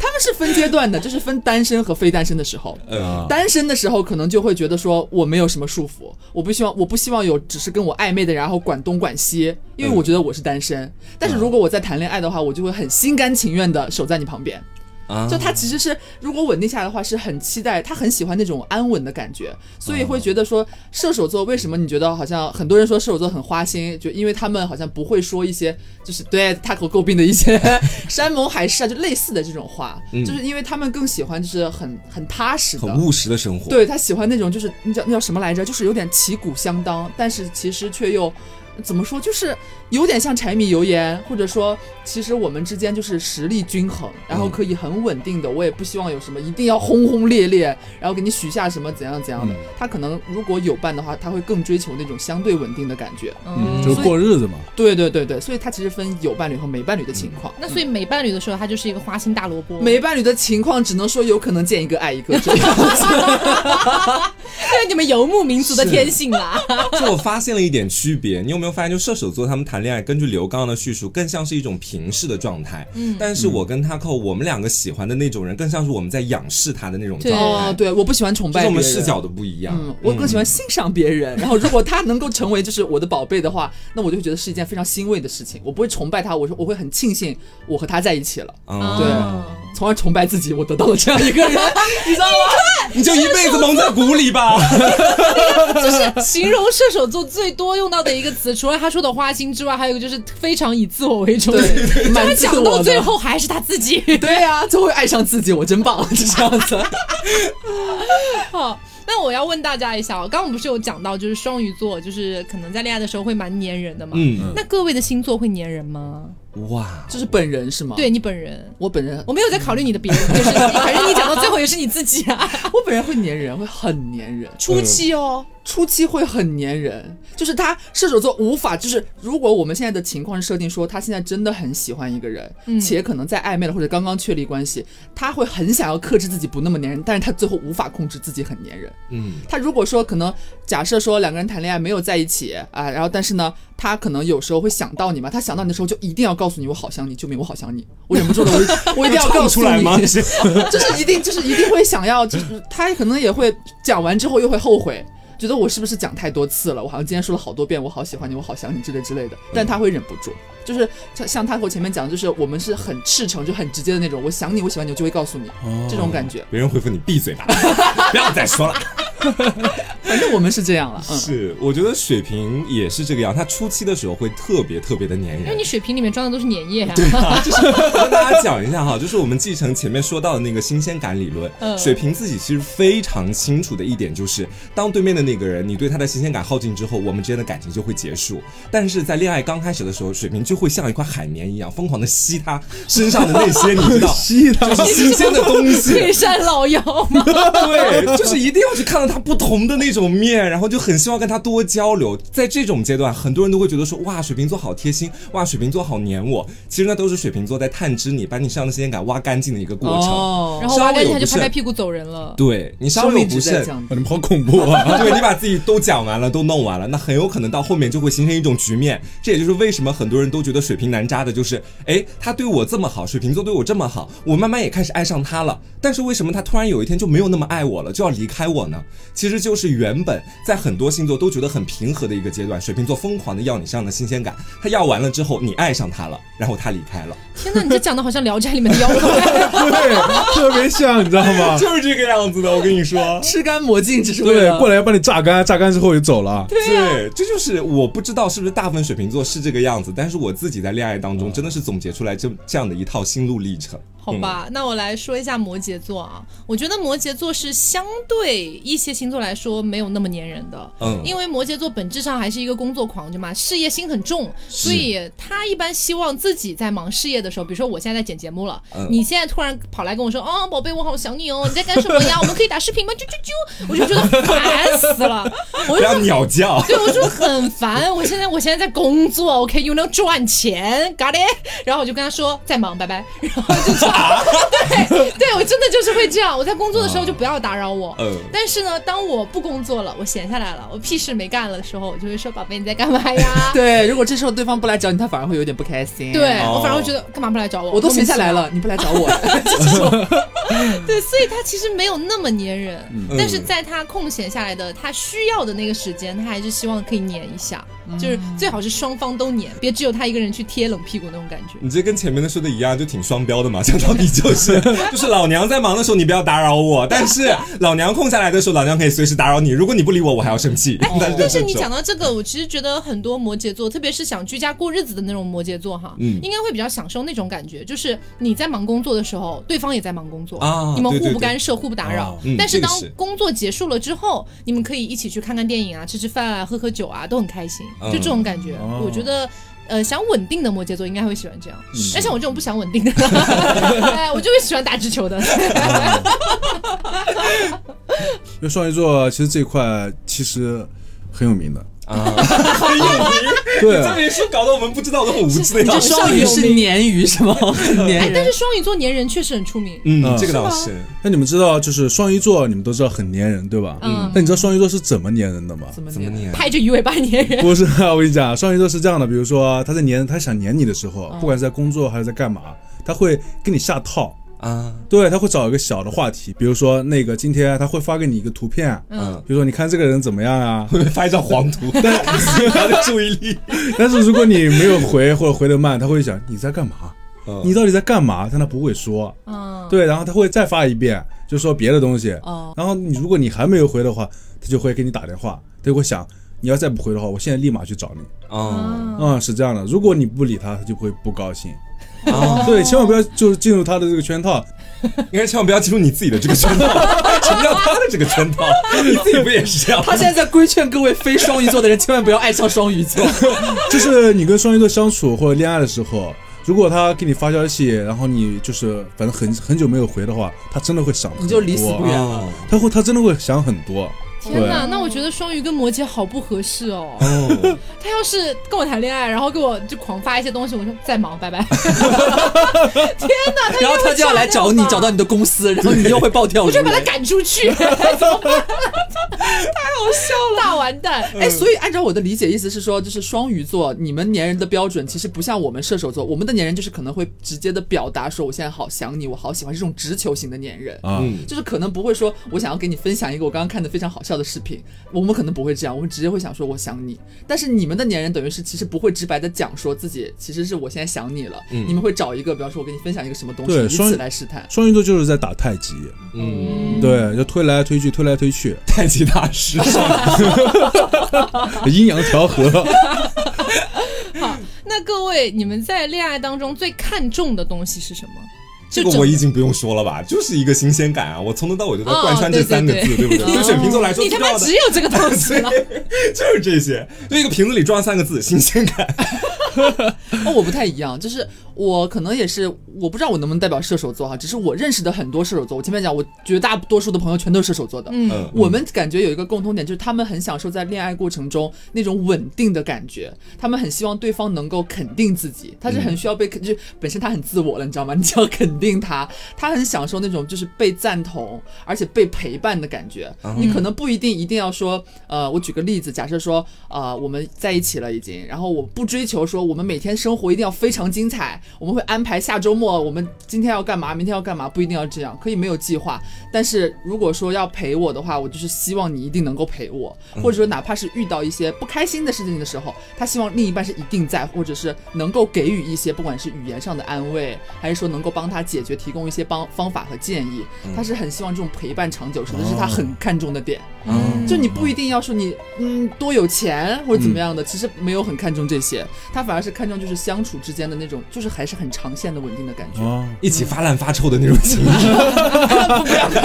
Speaker 3: 他们是分阶段的，就是分单身和非单身的时候。
Speaker 2: 嗯，
Speaker 3: 单身的时候，可能就会觉得说我没有什么束缚，我不希望我不希望有只是跟我暧昧的人，然后管东管西，因为我觉得我是单身。但是如果我在谈恋爱的话，我就会很心甘情愿的守在你旁边。
Speaker 2: 啊
Speaker 3: 就他其实是如果稳定下来的话，是很期待，他很喜欢那种安稳的感觉，所以会觉得说射手座为什么你觉得好像很多人说射手座很花心，就因为他们好像不会说一些就是对他可诟病的一些 山盟海誓啊，就类似的这种话，就是因为他们更喜欢就是很很踏实的，
Speaker 2: 很务实的生活。
Speaker 3: 对他喜欢那种就是那叫那叫什么来着？就是有点旗鼓相当，但是其实却又怎么说，就是有点像柴米油盐，或者说其实我们之间就是实力均衡，然后可以很稳定的。我也不希望有什么一定要轰轰烈烈，然后给你许下什么怎样怎样的。他可能如果有伴的话，他会更追求那种相对稳定的感觉。
Speaker 4: 嗯，
Speaker 1: 嗯，
Speaker 4: 就是过日子嘛。。
Speaker 3: 对对对对，所以他其实分有伴侣和没伴侣的情况。
Speaker 2: 嗯
Speaker 1: 那所以没伴侣的时候，他就是一个花心大萝卜。
Speaker 3: 没伴侣的情况，只能说有可能见一个爱一 个这样。
Speaker 1: 这是你们游牧民族的天性啦。
Speaker 2: 就我发现了一点区别，你有没有发现？就射手座他们谈恋爱，根据刘刚刚的叙述，更像是一种平视的状态。嗯，但是我跟他扣，我们两个喜欢的那种人，更像是我们在仰视他的那种状
Speaker 1: 对
Speaker 2: 态。
Speaker 3: 哦，对，我不喜欢崇
Speaker 2: 就
Speaker 3: 拜
Speaker 2: 是
Speaker 3: 别
Speaker 2: 我们
Speaker 3: 人。
Speaker 2: 视角都不一样。
Speaker 3: 嗯，我更喜欢欣赏别人。然后，如果他能够成为就是我的宝贝的话，那我就会觉得是一件非常欣慰的事情。我不会崇拜他，我说我会很庆幸我和他在一起了，
Speaker 2: 啊，
Speaker 1: 对，
Speaker 3: 从而崇拜自己，我得到了这样一个人，你知道吗？
Speaker 2: 你就一辈子蒙在鼓里 吧。
Speaker 3: 哦
Speaker 1: 就是形容射手座最多用到的一个词，除了他说的花心之外，还有一个就是非常以自我为中心。
Speaker 3: 对，
Speaker 1: 他
Speaker 3: 蛮自
Speaker 1: 讲
Speaker 3: 我
Speaker 1: 到
Speaker 3: 的
Speaker 1: 最，后还是他自己。
Speaker 3: 对呀、啊，就会爱上自己，我真棒，就这样子。
Speaker 1: 好，那我要问大家一下哦，刚刚我们不是有讲到，就是双鱼座，就是可能在恋爱的时候会蛮粘人的嘛。
Speaker 2: 嗯，
Speaker 1: 那各位的星座会粘人吗？
Speaker 3: 嗯
Speaker 2: 哇，
Speaker 3: 就是本人是吗？，
Speaker 1: 对你本人，
Speaker 3: 我本人，
Speaker 1: 我没有在考虑你的别人， 就是你反正你讲到最后也是你自己啊。
Speaker 3: 我本人会粘人，会很粘人。
Speaker 1: 初期哦，
Speaker 3: 初期会很粘人，就是他射手座无法，就是如果我们现在的情况是设定说他现在真的很喜欢一个人，
Speaker 1: 嗯
Speaker 3: 且可能在暧昧了或者刚刚确立关系，他会很想要克制自己不那么粘人，但是他最后无法控制自己很粘人。
Speaker 2: 嗯，
Speaker 3: 他如果说可能假设说两个人谈恋爱没有在一起啊，然后但是呢，他可能有时候会想到你嘛，他想到你的时候就一定要告诉你我好想你，救命我好想你，我忍不住了，我我一定 要告
Speaker 2: 唱
Speaker 3: 诉
Speaker 2: 出
Speaker 3: 你，
Speaker 2: 来吗？
Speaker 3: 就是一定就是一定会想要，就是他可能也会讲完之后又会后悔，觉得我是不是讲太多次了？我好像今天说了好多遍，我好喜欢你，我好想你之类之类的，但他会忍不住，就是像像他和我前面讲的，就是我们是很赤诚就很直接的那种，我想你，我喜欢你，我就会告诉你、
Speaker 2: 哦
Speaker 3: 这种感觉，
Speaker 2: 嗯别人回复你闭嘴吧， 不要再说了。
Speaker 3: 反正我们是这样了，嗯。
Speaker 2: 是，我觉得水瓶也是这个样，他初期的时候会特别特别的粘
Speaker 1: 因为
Speaker 2: 人
Speaker 1: 你。水瓶里面装的都是粘液啊。
Speaker 2: 跟大家讲一下哈，就是我们继承前面说到的那个新鲜感理论，
Speaker 1: 嗯
Speaker 2: 水瓶自己其实非常清楚的一点就是，当对面的那个人你对他的新鲜感耗尽之后，我们之间的感情就会结束。但是在恋爱刚开始的时候，水瓶就会像一块海绵一样疯狂的吸他身上的那些，你知道
Speaker 4: 吸他
Speaker 2: 就是新鲜的东西，
Speaker 1: 退山老妖吗？
Speaker 2: 对，就是一定要去看到他不同的那种面，然后就很希望跟他多交流。在这种阶段，很多人都会觉得说，哇，水瓶座好贴心，哇，水瓶座好黏我。其实那都是水瓶座在探知你，把你身上的新鲜感挖干净的一个过程。
Speaker 3: 哦，
Speaker 1: 然后挖干净他就拍
Speaker 2: 稍微有不慎
Speaker 1: 拍屁股走人了。
Speaker 2: 对你稍
Speaker 3: 生
Speaker 2: 微
Speaker 3: 命
Speaker 2: 有不
Speaker 3: 值在
Speaker 2: 慎。
Speaker 3: 降低
Speaker 4: 你们好恐怖 啊！
Speaker 2: 对你把自己都讲完了，都弄完了，那很有可能到后面就会形成一种局面。这也就是为什么很多人都觉得水瓶男渣的，就是哎，他对我这么好，水瓶座对我这么好，我慢慢也开始爱上他了。但是为什么他突然有一天就没有那么爱我了，就要离开我呢？其实就是原本在很多星座都觉得很平和的一个阶段，水瓶座疯狂的要你身上的新鲜感，他要完了之后，你爱上他了，然后他离开了，
Speaker 1: 天哪，你这讲的好像《聊斋》里面的妖怪。
Speaker 4: 对，特别像，你知道吗？
Speaker 2: 就是这个样子的。我跟你说，
Speaker 3: 吃干抹净只是为
Speaker 4: 对
Speaker 3: 了，？
Speaker 4: 过来要把你榨干，榨干之后就走了。
Speaker 2: 对，这就是我不知道是不是大部分水瓶座是这个样子，但是我自己在恋爱当中真的是总结出来这这样的一套心路历程。
Speaker 1: 好吧，
Speaker 2: 嗯
Speaker 1: 那我来说一下摩羯座啊。我觉得摩羯座是相对一些星座来说没有那么粘人的，
Speaker 2: 嗯
Speaker 1: 因为摩羯座本质上还是一个工作狂，对吗？事业心很重，所以他一般希望自己在忙事业的时候，比如说我现在在剪节目了，
Speaker 2: 嗯
Speaker 1: 你现在突然跑来跟我说，啊，宝贝，我好想你哦，你在干什么呀？我们可以打视频吗？啾啾啾！我就觉得烦死了，我
Speaker 2: 不
Speaker 1: 就
Speaker 2: 要 鸟叫，
Speaker 1: 对，我就很烦。我现在我现在在工作，OK，又能赚钱，got it。然后我就跟他说在忙，拜拜。然后就这样。对，对我真的就是会这样。我在工作的时候就不要打扰我。
Speaker 2: 嗯
Speaker 1: 但是呢，当我不工作了，我闲下来了，我屁事没干了的时候，我就会说宝贝你在干嘛呀
Speaker 3: 对，如果这时候对方不来找你，他反而会有点不开 心。
Speaker 1: 对，我反而
Speaker 2: 哦
Speaker 1: 会觉得干嘛不来找我？
Speaker 3: 我都闲下来
Speaker 1: 了。
Speaker 3: 了，你不来找我，
Speaker 1: 对，所以他其实没有那么粘人，但是
Speaker 2: 嗯
Speaker 1: 在他空闲下来的他需要的那个时间，他还是希望可以粘一下，就是最好是双方都粘，别只有他一个人去贴冷屁股那种感觉。
Speaker 2: 你这跟前面的说的一样，就挺双标的嘛。讲到底就是， 就是老娘在忙的时候你不要打扰我，但是老娘空下来的时候，老娘可以随时打扰你。如果你不理我，我还要生气。 但是
Speaker 1: 哎但
Speaker 2: 这
Speaker 1: 是你
Speaker 2: 种
Speaker 1: 讲到这个，我其实觉得很多摩羯座，特别是想居家过日子的那种摩羯座哈，
Speaker 2: 嗯
Speaker 1: 应该会比较享受那种感觉，就是你在忙工作的时候，对方也在忙工作
Speaker 2: 啊
Speaker 1: 你们
Speaker 2: 对
Speaker 1: 互
Speaker 2: 对
Speaker 1: 不
Speaker 2: 对
Speaker 1: 干涉，互不打扰
Speaker 2: 啊。嗯
Speaker 1: 但是
Speaker 2: 这个
Speaker 1: 当
Speaker 2: 是
Speaker 1: 工作结束了之后，你们可以一起去看看电影啊，吃吃饭啊，喝喝酒啊，都很开心，
Speaker 2: 嗯
Speaker 1: 就这种感觉，
Speaker 4: 哦
Speaker 1: 我觉得。呃，想稳定的摩羯座应该会喜欢这样，
Speaker 2: 嗯
Speaker 4: 是
Speaker 1: 但像我这种不想稳定的， 哎，我就会喜欢打直球 的。
Speaker 4: 因为双鱼座其实这一块其实很有名的，
Speaker 2: 啊，
Speaker 4: 对啊
Speaker 2: 这么一说，搞得我们不知道都很无知的
Speaker 1: 你
Speaker 2: 样
Speaker 1: 这
Speaker 2: 子。
Speaker 1: 双鱼是
Speaker 3: 鲶鱼是吗？
Speaker 1: 哎
Speaker 3: 鲶，
Speaker 1: 但是双鱼座粘人确实很出名，
Speaker 2: 嗯，
Speaker 4: 嗯
Speaker 2: 这个倒是，
Speaker 4: 那你们知道，就是双鱼座，你们都知道很粘人，对吧？
Speaker 1: 嗯
Speaker 4: 但你知道双鱼座是怎么粘人的吗？
Speaker 3: 怎么
Speaker 2: 怎么
Speaker 3: 鲶？
Speaker 2: 念？
Speaker 1: 拍着鱼尾巴粘人。
Speaker 4: 不是啊，我跟你讲，双鱼座是这样的，比如说他在粘，他想粘你的时候，不管是在工作还是在干嘛，他会给你下套。
Speaker 2: 啊，
Speaker 4: 对，他会找一个小的话题，比如说那个今天他会发给你一个图片，
Speaker 2: 嗯，
Speaker 4: 比如说你看这个人怎么样啊？
Speaker 2: 会发一张黄图， 吸引他的注意力。
Speaker 4: 但是如果你没有回或者回的慢，他会想你在干嘛？
Speaker 2: 嗯
Speaker 4: 你到底在干嘛？但他不会说，
Speaker 1: 嗯，
Speaker 4: 对，然后他会再发一遍，就说别的东西。
Speaker 3: 哦
Speaker 4: 然后你如果你还没有回的话，他就会给你打电话，他就会想你要再不回的话，我现在立马去找你。
Speaker 2: 哦，
Speaker 4: 嗯，是这样的，如果你不理他，他就会不高兴。
Speaker 3: 哦
Speaker 4: 对，千万不要就是进入他的这个圈套。
Speaker 2: 应该千万不要进入你自己的这个圈套， 什么叫他的这个圈套？你自己不也是这样吗？
Speaker 3: 他现在在规劝各位非 双鱼座的人，千万不要爱上双鱼座。
Speaker 4: 就是你跟双鱼座相处或者恋爱的时候，如果他给你发消息，然后你就是反正很很久没有回的话，他真的会想很多，
Speaker 3: 你就离死不远了。
Speaker 2: 哦
Speaker 4: 他会他真的会想很多。
Speaker 1: 天哪，
Speaker 4: 对
Speaker 1: 那我觉得双鱼跟摩羯好不合适哦。
Speaker 2: 哦，
Speaker 1: 他要是跟我谈恋爱，然后给我就狂发一些东西，我说在忙， 拜拜。天哪，
Speaker 3: 然后他就要来找你，找
Speaker 1: 到
Speaker 3: 到你的公 司，然后你又会暴跳
Speaker 1: 我
Speaker 3: 如
Speaker 1: 就把他
Speaker 3: 雷。
Speaker 1: 赶出 去， 怎么办？太好笑了，大完蛋。
Speaker 3: 哎，所以按照我的理解，意思是说，就是双鱼座，你们粘人的标准其实不像我们射手座，我们的粘人就是可能会直接的表达说，我现在好想你，我好喜欢，是这种直球型的粘人。
Speaker 4: 啊，
Speaker 2: 嗯
Speaker 3: 就是可能不会说，我想要给你分享一个我刚刚看的非常好笑的视频，我们可能不会这样，我们直接会想说我想你。但是你们的年人等于是其实不会直白的讲说自己其实是我现在想你了，你们会找一个，比方说我给你分享一个什么东西，
Speaker 4: 对
Speaker 3: 以
Speaker 4: 双
Speaker 3: 此来试探。
Speaker 4: 双鱼座就是在打太极，
Speaker 2: 嗯，
Speaker 4: 对，就推来推去，推来推去，
Speaker 2: 太极大 师，
Speaker 4: 阴阳调和。
Speaker 1: 那各位，你们在恋爱当中最看重的东西是什么？
Speaker 2: 这
Speaker 1: 就
Speaker 2: 个
Speaker 1: 整
Speaker 2: 我已经不用说了吧，就是一个新鲜感啊！我从头到尾都在贯穿这
Speaker 1: 哦对对
Speaker 2: 三个字，
Speaker 1: 对
Speaker 2: 不对？对水瓶座来说，
Speaker 1: 你他妈
Speaker 2: 重要的
Speaker 1: 只有这个东西了。
Speaker 2: 对，就是这些，就一个瓶子里装三个字，新鲜感。
Speaker 3: 哦，我不太一样，就是我可能也是，我不知道我能不能代表射手座哈，只是我认识的很多射手座，我前面讲，我绝大多数的朋友全都是射手座的，
Speaker 1: 嗯，
Speaker 2: 嗯，
Speaker 3: 我们感觉有一个共通点，就是他们很享受在恋爱过程中那种稳定的感觉，他们很希望对方能够肯定自己，他是很需要被肯，就是本身他很自我了，你知道吗？你就要肯定他， 他很享受那种就是被赞同而且被陪伴的感觉。你可能不一定一定要说，呃，我举个例子，假设说，呃，我们在一起了已经，然后我不追求说我们每天生活一定要非常精彩，我们会安排下周末我们今天要干嘛，明天要干嘛，不一定要这样，可以没有计划，但是如果说要陪我的话，我就是希望你一定能够陪我，或者说哪怕是遇到一些不开心的事情的时候，他希望另一半是一定在，或者是能够给予一些，不管是语言上的安慰，还是说能够帮他解决，提供一些帮方法和建议，他是很希望这种陪伴长久，是的是他很看重的点。
Speaker 1: 嗯
Speaker 3: 就你不一定要说你嗯多有钱或者怎么
Speaker 1: 嗯
Speaker 3: 样的，其实没有很看重这些，他反而是看重就是相处之间的那种，就是还是很长线的稳定的感觉。
Speaker 4: 啊，
Speaker 2: 一起发烂发臭的那种情绪。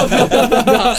Speaker 1: 嗯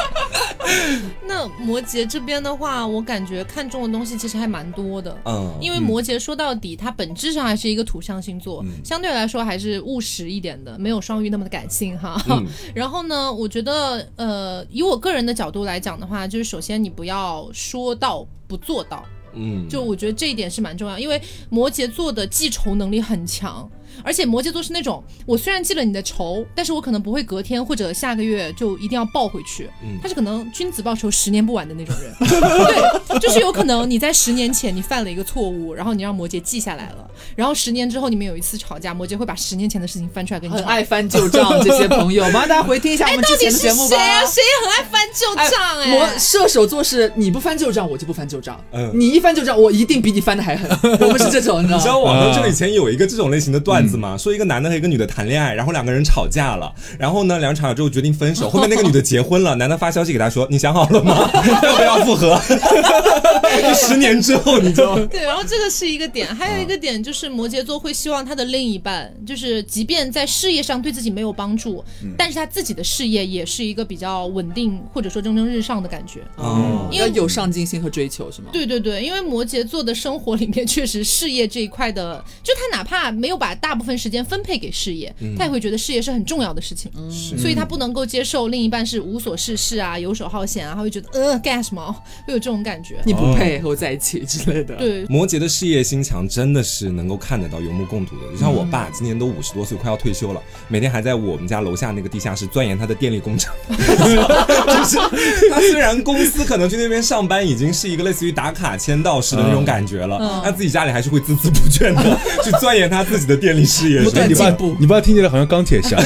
Speaker 1: 那摩羯这边的话，我感觉看重的东西其实还蛮多的。
Speaker 2: 嗯，嗯
Speaker 1: 因为摩羯说到底，它本质上还是一个土象星座，相对来说还是务实一点的，没有双鱼那么的感性哈。
Speaker 2: 嗯
Speaker 1: 然后呢，我觉得呃，以我个人的角度来讲的话，就是首先你不要说到不做到，
Speaker 2: 嗯，
Speaker 1: 就我觉得这一点是蛮重要，因为摩羯座的记仇能力很强，而且摩羯座是那种我虽然记了你的仇，但是我可能不会隔天或者下个月就一定要报回去，他是可能君子报仇十年不晚的那种人， 对，就是有可能你在十年前你犯了一个错误，然后你让摩羯记下来了，然后十年之后你们有一次吵架，摩羯会把十年前的事情翻出来跟你
Speaker 3: 很
Speaker 1: 吵。
Speaker 3: 爱翻旧账，这些 朋友，麻烦大家回听一下我
Speaker 1: 哎，
Speaker 3: 们
Speaker 1: 到
Speaker 3: 之
Speaker 1: 底
Speaker 3: 前的
Speaker 1: 是
Speaker 3: 节目
Speaker 1: 谁
Speaker 3: 吧。
Speaker 1: 啊？谁很爱翻旧
Speaker 3: 哎
Speaker 1: 账？哎，
Speaker 3: 我射手座是你不翻旧账，我就不翻旧账。
Speaker 2: 嗯
Speaker 3: 你一翻旧账，我一定比你翻 的还狠。我们是这种，你知
Speaker 2: 你知道
Speaker 3: 道吗？
Speaker 2: 网上就以前有一个这种类型的段子吗？说一个男的和一个女的谈恋爱，然后两个人吵架了，然后呢，两人吵架之后决定分手，后面那个女的结婚了，男的发消息给她说：“你想好了吗？ 要不要复合？” 就十年之后你就
Speaker 1: 对，然后这个是一个点，还有一个点就是摩羯座会希望他的另一半，就是即便在事业上对自己没有帮助，但是他自己的事业也是一个比较稳定或者说蒸蒸日上的感觉。
Speaker 2: 哦
Speaker 1: 因为
Speaker 3: 要有上进心和追求，是吗？
Speaker 1: 对对对，因为摩羯座的生活里面确实事业这一块的，就他哪怕没有把大部分时间分配给事业，他也会觉得事业是很重要的事情，
Speaker 2: 是
Speaker 1: 所以他不能够接受另一半是无所事事啊、游手好闲啊，他会觉得呃干什么， 会有这种感觉。
Speaker 3: 你不配和我在一起之类的。
Speaker 1: 对，
Speaker 2: 摩羯的事业心强真的是能够看得到，有目共睹的。就像我爸今年都五十多岁，快要退休了，每天还在我们家楼下那个地下室钻研他的电力工厂。 就是他虽然公司可能去那边上班，已经是一个类似于打卡签到式的那种感觉
Speaker 3: 嗯
Speaker 2: 了，但自己家里还是会孜孜不倦的 去钻研他自己的电力 事业。
Speaker 3: 不
Speaker 2: 是吧
Speaker 3: 断
Speaker 4: 哎你
Speaker 2: 你
Speaker 4: 爸
Speaker 3: 进步
Speaker 4: 你爸听起来好像钢铁侠，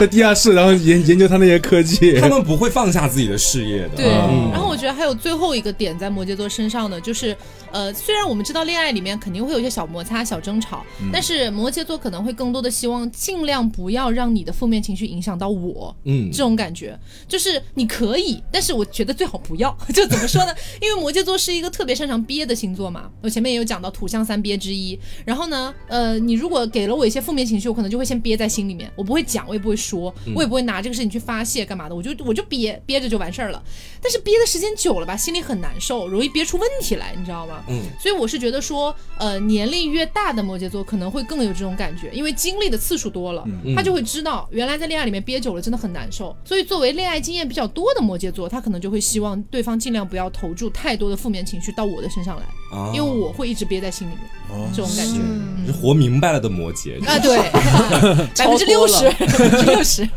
Speaker 4: 在地下室，然后研研究他那些科技
Speaker 2: 他。们不会放下自己的事业的。
Speaker 1: 对，
Speaker 4: 嗯
Speaker 1: 然后我觉得还有最后一个点在摩羯座身上呢，就是，呃，虽然我们知道恋爱里面肯定会有一些小摩擦、小争吵，
Speaker 2: 嗯
Speaker 1: 但是摩羯座可能会更多的希望尽量不要让你的负面情绪影响到我，
Speaker 2: 嗯
Speaker 1: 这种感觉，就是你可以，但是我觉得最好不要。 就怎么说呢？因为摩羯座是一个特别擅长憋的星座嘛，我前面也有讲到土象三憋之一。然后呢，呃，你如果给了我一些负面情绪，我可能就会先憋在心里面，我不会讲，我也不会说，
Speaker 2: 嗯
Speaker 1: 我也不会拿这个事情去发泄干嘛的，我就我就憋憋着就完事儿了。但是憋的时间久了吧，心里很难受，容易憋出问题来，你知道吗？
Speaker 2: 嗯
Speaker 1: 所以我是觉得说，呃，年龄越大的摩羯座可能会更有这种感觉，因为经历的次数多了，他就会知道原来在恋爱里面憋久了真的很难受。所以作为恋爱经验比较多的摩羯座，他可能就会希望对方尽量不要投注太多的负面情绪到我的身上来，
Speaker 2: 啊
Speaker 1: 因为我会一直憋在心里面，
Speaker 4: 哦
Speaker 1: 这种感觉。
Speaker 2: 你是活明白了的摩羯，
Speaker 1: 啊，对， 百分之六十，百分之六十，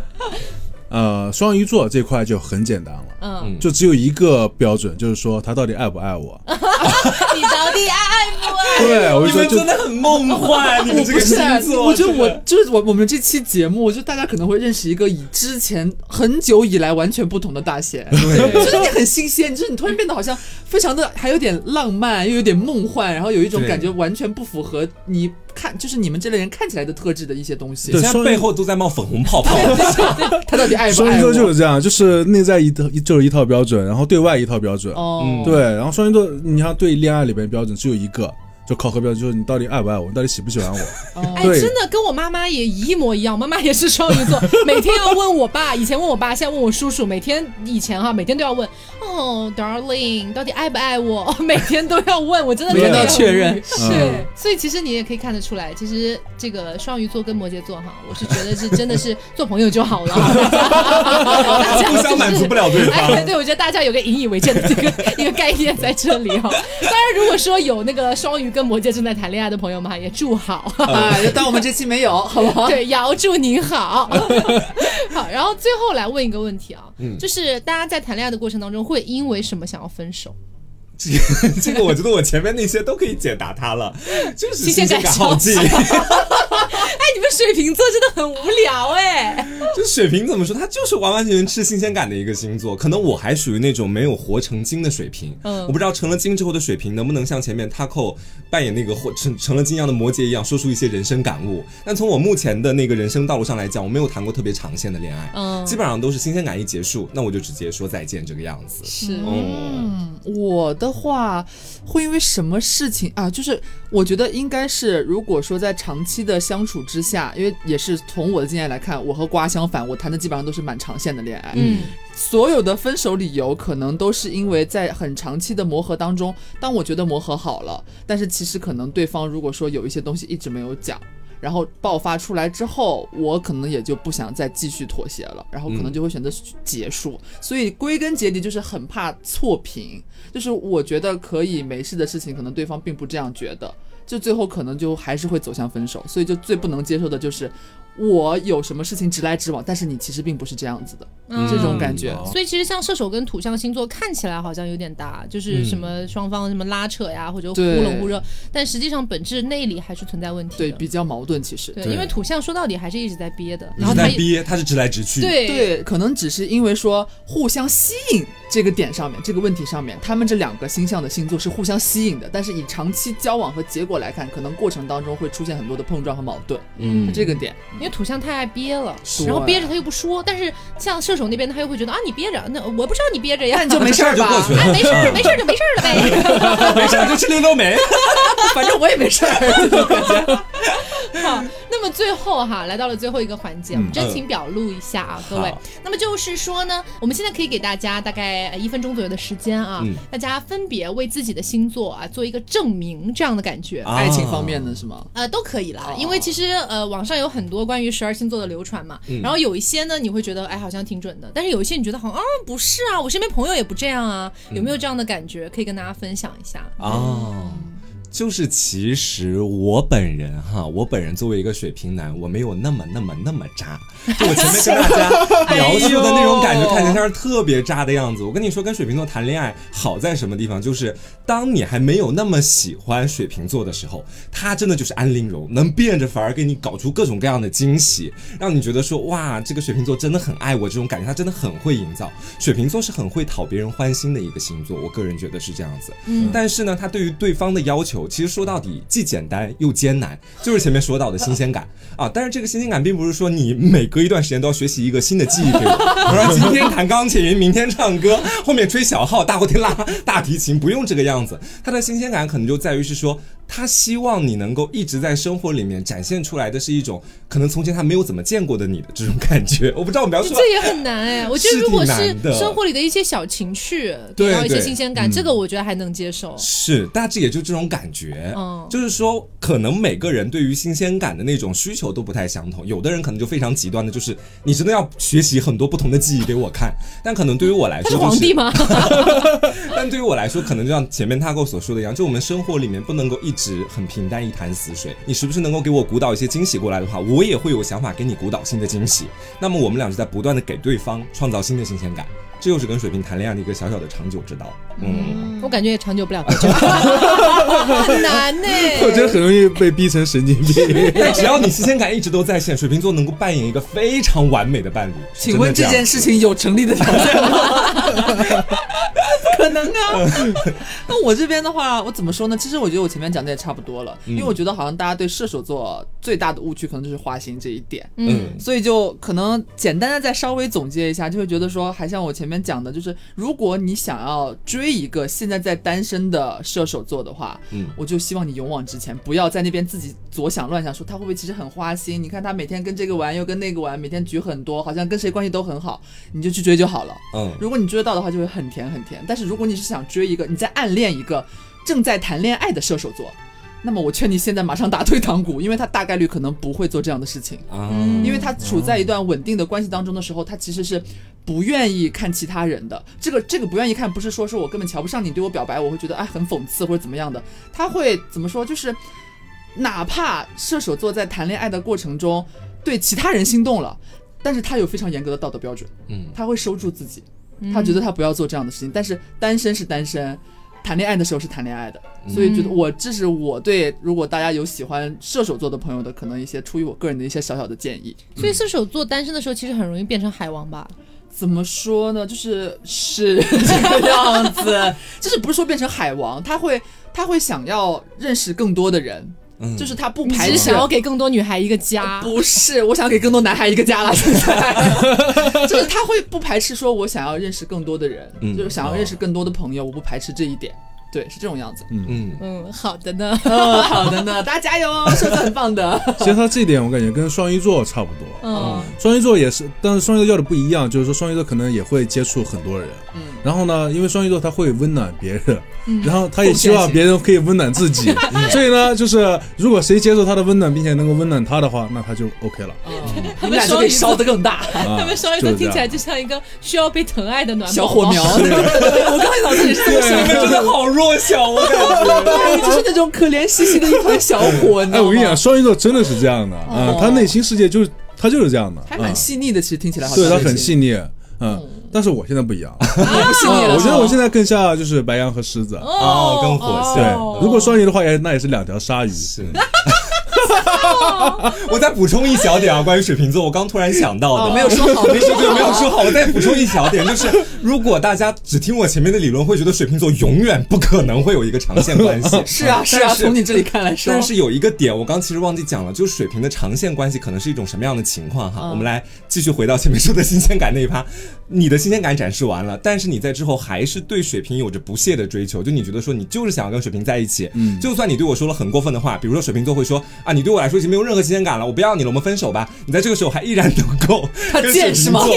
Speaker 4: 呃，双鱼座这块就很简单了，
Speaker 1: 嗯，
Speaker 4: 就只有一个标准，就是说他到底爱不爱我。
Speaker 1: 你到底爱爱不爱？
Speaker 4: 对，我
Speaker 2: 你
Speaker 4: 就说
Speaker 2: 们
Speaker 4: 就
Speaker 2: 真的很梦幻，你们这
Speaker 3: 不
Speaker 2: 个
Speaker 3: 是
Speaker 2: 星
Speaker 3: 啊，
Speaker 2: 座，
Speaker 3: 我觉得
Speaker 2: 真的
Speaker 3: 我就是我我们这期节目，就大家可能会认识一个以之前很久以来完全不同的大贤， 就是你很新鲜，就是你突然变得好像非常的还有点浪漫，又有点梦幻，然后有一种
Speaker 2: 对
Speaker 3: 感觉完全不符合你看就是你们这类人看起来的特质的一些东西
Speaker 2: 你。
Speaker 4: 对
Speaker 2: 现在
Speaker 4: 双鱼
Speaker 2: 背后都在冒粉红泡泡，
Speaker 3: 他到底爱不
Speaker 4: 双
Speaker 3: 爱
Speaker 4: 鱼座？
Speaker 3: 我
Speaker 4: 就是这样，就是内在一套一就是一套标准，然后对外一套标准。
Speaker 2: 嗯
Speaker 3: 哦，
Speaker 4: 对，然后双鱼座，你像对恋爱里边标准只有一个，就考核标准，就是你到底爱不爱我，你到底喜不喜欢我。
Speaker 1: 哎，
Speaker 4: 对
Speaker 1: 真的跟我妈妈也一模一样，妈妈也是双鱼座，每天要问我爸，以前问我爸，现在问我叔叔，每天以前哈，每天都要问，哦，darling，到底爱不爱我？哦每天都要问，我真的
Speaker 3: 每
Speaker 1: 觉
Speaker 3: 天
Speaker 1: 得
Speaker 3: 都要
Speaker 1: 很
Speaker 3: 确认
Speaker 1: 无语
Speaker 4: 嗯
Speaker 1: 对，所以其实你也可以看得出来，其实这个双鱼座跟摩羯座哈，我是觉得是真的是做朋友就好了，大家
Speaker 2: 互相满足不了对方
Speaker 1: 哎，对，我觉得大家有个引以为戒的这个一个概念在这里哈、当然，如果说有那个双鱼跟摩羯正在谈恋爱的朋友们哈，也祝好。
Speaker 3: 啊，就当我们这期没有，好不好？
Speaker 1: 对，瑶祝您 好。好，然后最后来问一个问题啊，就是大家在谈恋爱的过程当中，会因为什么想要分手？
Speaker 2: 这个这个，我觉得我前面那些都可以解答它了，就是新鲜感耗尽。
Speaker 1: 哎，你们水瓶座真的很无聊哎、
Speaker 2: 就水瓶怎么说，他就是完完全全吃新鲜感的一个星座。可能我还属于那种没有活成精的水瓶，
Speaker 1: 嗯
Speaker 2: 我不知道成了精之后的水瓶能不能像前面 Taco 扮演那个活成成了精一样的摩羯一样，说出一些人生感悟。但从我目前的那个人生道路上来讲，我没有谈过特别长线的恋爱，
Speaker 1: 嗯
Speaker 2: 基本上都是新鲜感一结束，那我就直接说再见这个样子。
Speaker 1: 是
Speaker 3: 嗯
Speaker 2: 哦，
Speaker 3: 我的话会因为什么事情啊？就是我觉得应该是，如果说在长期的相处之下，因为也是从我的经验来看，我和瓜相反，我谈的基本上都是蛮长线的恋爱。
Speaker 1: 嗯
Speaker 3: 所有的分手理由可能都是因为在很长期的磨合当中，当我觉得磨合好了，但是其实可能对方如果说有一些东西一直没有讲。然后爆发出来之后，我可能也就不想再继续妥协了，然后可能就会选择结束。所以归根结底就是很怕错评，就是我觉得可以没事的事情，可能对方并不这样觉得，就最后可能就还是会走向分手。所以就最不能接受的就是我有什么事情直来直往，但是你其实并不是这样子的。这种感觉
Speaker 4: 哦
Speaker 1: 所以其实像射手跟土象星座看起来好像有点搭，就是什么双方什么拉扯呀，或者忽
Speaker 3: 对
Speaker 1: 冷忽热，但实际上本质内里还是存在问题
Speaker 3: 对，
Speaker 1: 的。
Speaker 3: 比较矛盾其实。
Speaker 1: 对，
Speaker 2: 对
Speaker 1: 因为土象说到底还是一直在憋的，
Speaker 2: 你
Speaker 1: 然
Speaker 2: 是
Speaker 1: 后他
Speaker 2: 在
Speaker 1: 也
Speaker 2: 憋，他是直来直去。
Speaker 1: 对
Speaker 3: 对，可能只是因为说互相吸引这个点上面，这个问题上面，他们这两个星象的星座是互相吸引的，但是以长期交往和结果来看，可能过程当中会出现很多的碰撞和矛盾。
Speaker 2: 嗯
Speaker 3: 是这个点，
Speaker 1: 因为土象太爱憋了，
Speaker 3: 是
Speaker 1: 然后憋着他又不说，但是像射手那边他又会觉得啊你憋着，那我不知道你憋着呀，
Speaker 3: 那你就 没事儿
Speaker 2: 这事儿就过
Speaker 3: 吧
Speaker 2: 去？了
Speaker 1: 哎没事儿没事儿就没事儿了呗。
Speaker 2: 没事，就吃绿豆梅。
Speaker 3: 反正我也没事儿。
Speaker 1: 好，那么最后哈，来到了最后一个环节，我们真情表露一下啊，各位
Speaker 2: 嗯好。
Speaker 1: 那么就是说呢，我们现在可以给大家大概呃一分钟左右的时间啊，
Speaker 2: 嗯
Speaker 1: 大家分别为自己的星座啊做一个证明，这样的感
Speaker 2: 啊
Speaker 1: 觉。
Speaker 3: 爱情方面的是吗？
Speaker 1: 呃，都可以啦，
Speaker 3: 哦
Speaker 1: 因为其实呃，网上有很多关于十二星座的流传嘛，
Speaker 3: 嗯
Speaker 1: 然后有一些呢，你会觉得哎，好像挺准的，但是有一些你觉得好像啊，不是啊，我身边朋友也不这样啊，有
Speaker 3: 嗯
Speaker 1: 没有这样的感觉？可以跟大家分享一下。
Speaker 3: 啊
Speaker 2: 哦，就是其实我本人哈，我本人作为一个水瓶男，我没有那么那么那么渣。就我前面跟大家描述的那种感觉，
Speaker 3: 哎呦
Speaker 2: 看起来像是特别渣的样子。我跟你说，跟水瓶座谈恋爱好在什么地方？就是当你还没有那么喜欢水瓶座的时候，他真的就是安陵容，能变着法儿给你搞出各种各样的惊喜，让你觉得说哇，这个水瓶座真的很爱我，这种感觉他真的很会营造。水瓶座是很会讨别人欢心的一个星座，我个人觉得是这样子。但是呢，他对于对方的要求，其实说到底既简单又艰难，啊就是前面说到的新鲜感啊。但是这个新鲜感并不是说你每隔一段时间都要学习一个新的技 艺给我，然后今天弹钢琴，明天唱歌，后面吹小号、大后天拉大提琴，不用这个样子。他的新鲜感可能就在于是说。他希望你能够一直在生活里面展现出来的是一种可能从前他没有怎么见过的你的这种感觉。我不知道我描述
Speaker 1: 这也很难哎，我觉得如果是生活里的一些小情趣，给到一些新鲜
Speaker 3: 嗯
Speaker 1: 感，这个我觉得还能接受。
Speaker 2: 是，大致也就这种感觉。嗯，就是说，可能每个人对于新鲜感的那种需求都不太相同。有的人可能就非常极端的，就是你真的要学习很多不同的技艺给我看。但可能对于我来说、就是，
Speaker 1: 是皇帝吗？
Speaker 2: 但对于我来说，可能就像前面大够所说的一样，就我们生活里面不能够一直很平淡一潭死水。你时不时能够给我鼓捣一些惊喜过来的话，我也会有想法给你鼓捣新的惊喜。那么我们俩就在不断的给对方创造新的新鲜感。这又是跟水瓶谈恋爱的一个小小的长久之道。嗯，
Speaker 1: 我感觉也长久不了 多久，很难呢、欸。
Speaker 4: 我觉得很容易被逼成神经病。
Speaker 2: 但 只要你新鲜感一直都在线，水瓶座能够扮演一个非常完美的伴侣。
Speaker 3: 请问这件事情有成立的条件吗？ 可能啊，那我这边的话，我怎么说呢？其实我觉得我前面讲的也差不多了，因为我觉得好像大家对射手座最大的误区可能就是花心这一点，嗯，所以就可能简单的再稍微总结一下，就会觉得说，还像我前面讲的，就是如果你想要追一个现在在单身的射手座的话，嗯，我就希望你勇往直前，不要在那边自己左想乱想，说他会不会其实很花心？你看他每天跟这个玩又跟那个玩，每天局很多，好像跟谁关系都很好，你就去追就好了，嗯，如果你追得到的话，就会很甜很甜，但是。如果你是想追一个你在暗恋一个正在谈恋爱的射手座，那么我劝你现在马上打退堂鼓，因为他大概率可能不会做这样的事情，
Speaker 2: 啊
Speaker 3: 嗯、因为他处在一段稳定的关系当中的时候，他其实是不愿意看其他人的。这个这个不愿意看，不是说是我根本瞧不上你对我表白，我会觉得哎很讽刺或者怎么样的。他会怎么说？就是哪怕射手座在谈恋爱的过程中对其他人心动了，但是他有非常严格的道德标准，嗯，他会收住自己。
Speaker 1: 嗯
Speaker 3: 他觉得他不要做这样的事情，嗯、但是单身是单身，谈恋爱的时候是谈恋爱的，嗯、所以觉得我这是我对如果大家有喜欢射手座的朋友的，可能一些出于我个人的一些小小的建议。
Speaker 1: 嗯所以射手座单身的时候，其实很容易变成海王吧。
Speaker 3: 怎么说呢？就是是这个样子， 就是不是说变成海王，他会他会想要认识更多的人。
Speaker 2: 嗯
Speaker 3: 就是他不排斥，
Speaker 1: 想要给更多女孩一个家，
Speaker 3: 不是我想要给更多男孩一个家了。现 在就是他会不排斥，说我想要认识更多的人，嗯、就是想要认识更多的朋友，我不排斥这一点。对，是这种样子。嗯
Speaker 1: 嗯嗯，好的呢，
Speaker 3: 哦， 好的呢，大家加油，射手很棒的。
Speaker 4: 其实他这一点我感觉跟双鱼座差不多。嗯，双鱼座也是，但是双鱼座要的不一样，就是说双鱼座可能也会接触很多人。嗯，然后呢，因为双鱼座他会温暖别人，嗯、然后他也希望别人可以温暖自 己，嗯、所以呢，就是如果谁接受他的温暖，并且能够温暖他的话，那他就 OK 了。
Speaker 3: 嗯、他们双鱼烧的更大，
Speaker 1: 他们双鱼座听起来就像一个需要被疼爱的暖
Speaker 3: 小火苗。 我刚才脑子里是这么想
Speaker 2: 的，真的好。弱小，啊哎我感
Speaker 3: 哎
Speaker 2: 觉
Speaker 3: 就是那种可怜兮兮的一团小火。
Speaker 4: 哎，我跟你讲，双鱼座真的是这样的啊，他内心世界就是他就是这样的，
Speaker 3: 还蛮细腻的。其实听起来好，
Speaker 4: 对他很细腻，嗯。但是我现在不一 样，
Speaker 3: 不啊细腻了。
Speaker 4: 我觉得我现在更像就是白羊和狮子
Speaker 2: 哦，跟火
Speaker 4: 象。对，如果双鱼的话，也那也是两条鲨鱼。
Speaker 2: 是。我再补充一小 点啊，关于水瓶座，我刚突然想到的，
Speaker 3: 哦没有说好，
Speaker 2: 没说对，没有说好。我再补充一小点，就是 如果大家只听我前面的理论，会觉得水瓶座永远不可能会有一个长线 关系。
Speaker 3: 是啊，是啊，从你这里看来说，
Speaker 2: 但是有一个点，我刚其实忘记讲了，就是水瓶的长线关系可能是一种什么样的情况哈？我们来继续回到前面说的新鲜感那一趴。你的新鲜感展示完了，但是你在之后还是对水瓶有着不懈的追求，就你觉得说你就是想要跟水瓶在一起，嗯，就算你对我说了很过分的话，比如说水瓶座会说啊，你对我来说已经没有任何新鲜感了，我不要你了，我们分手吧。你在这个时候还依然能够跟水瓶座，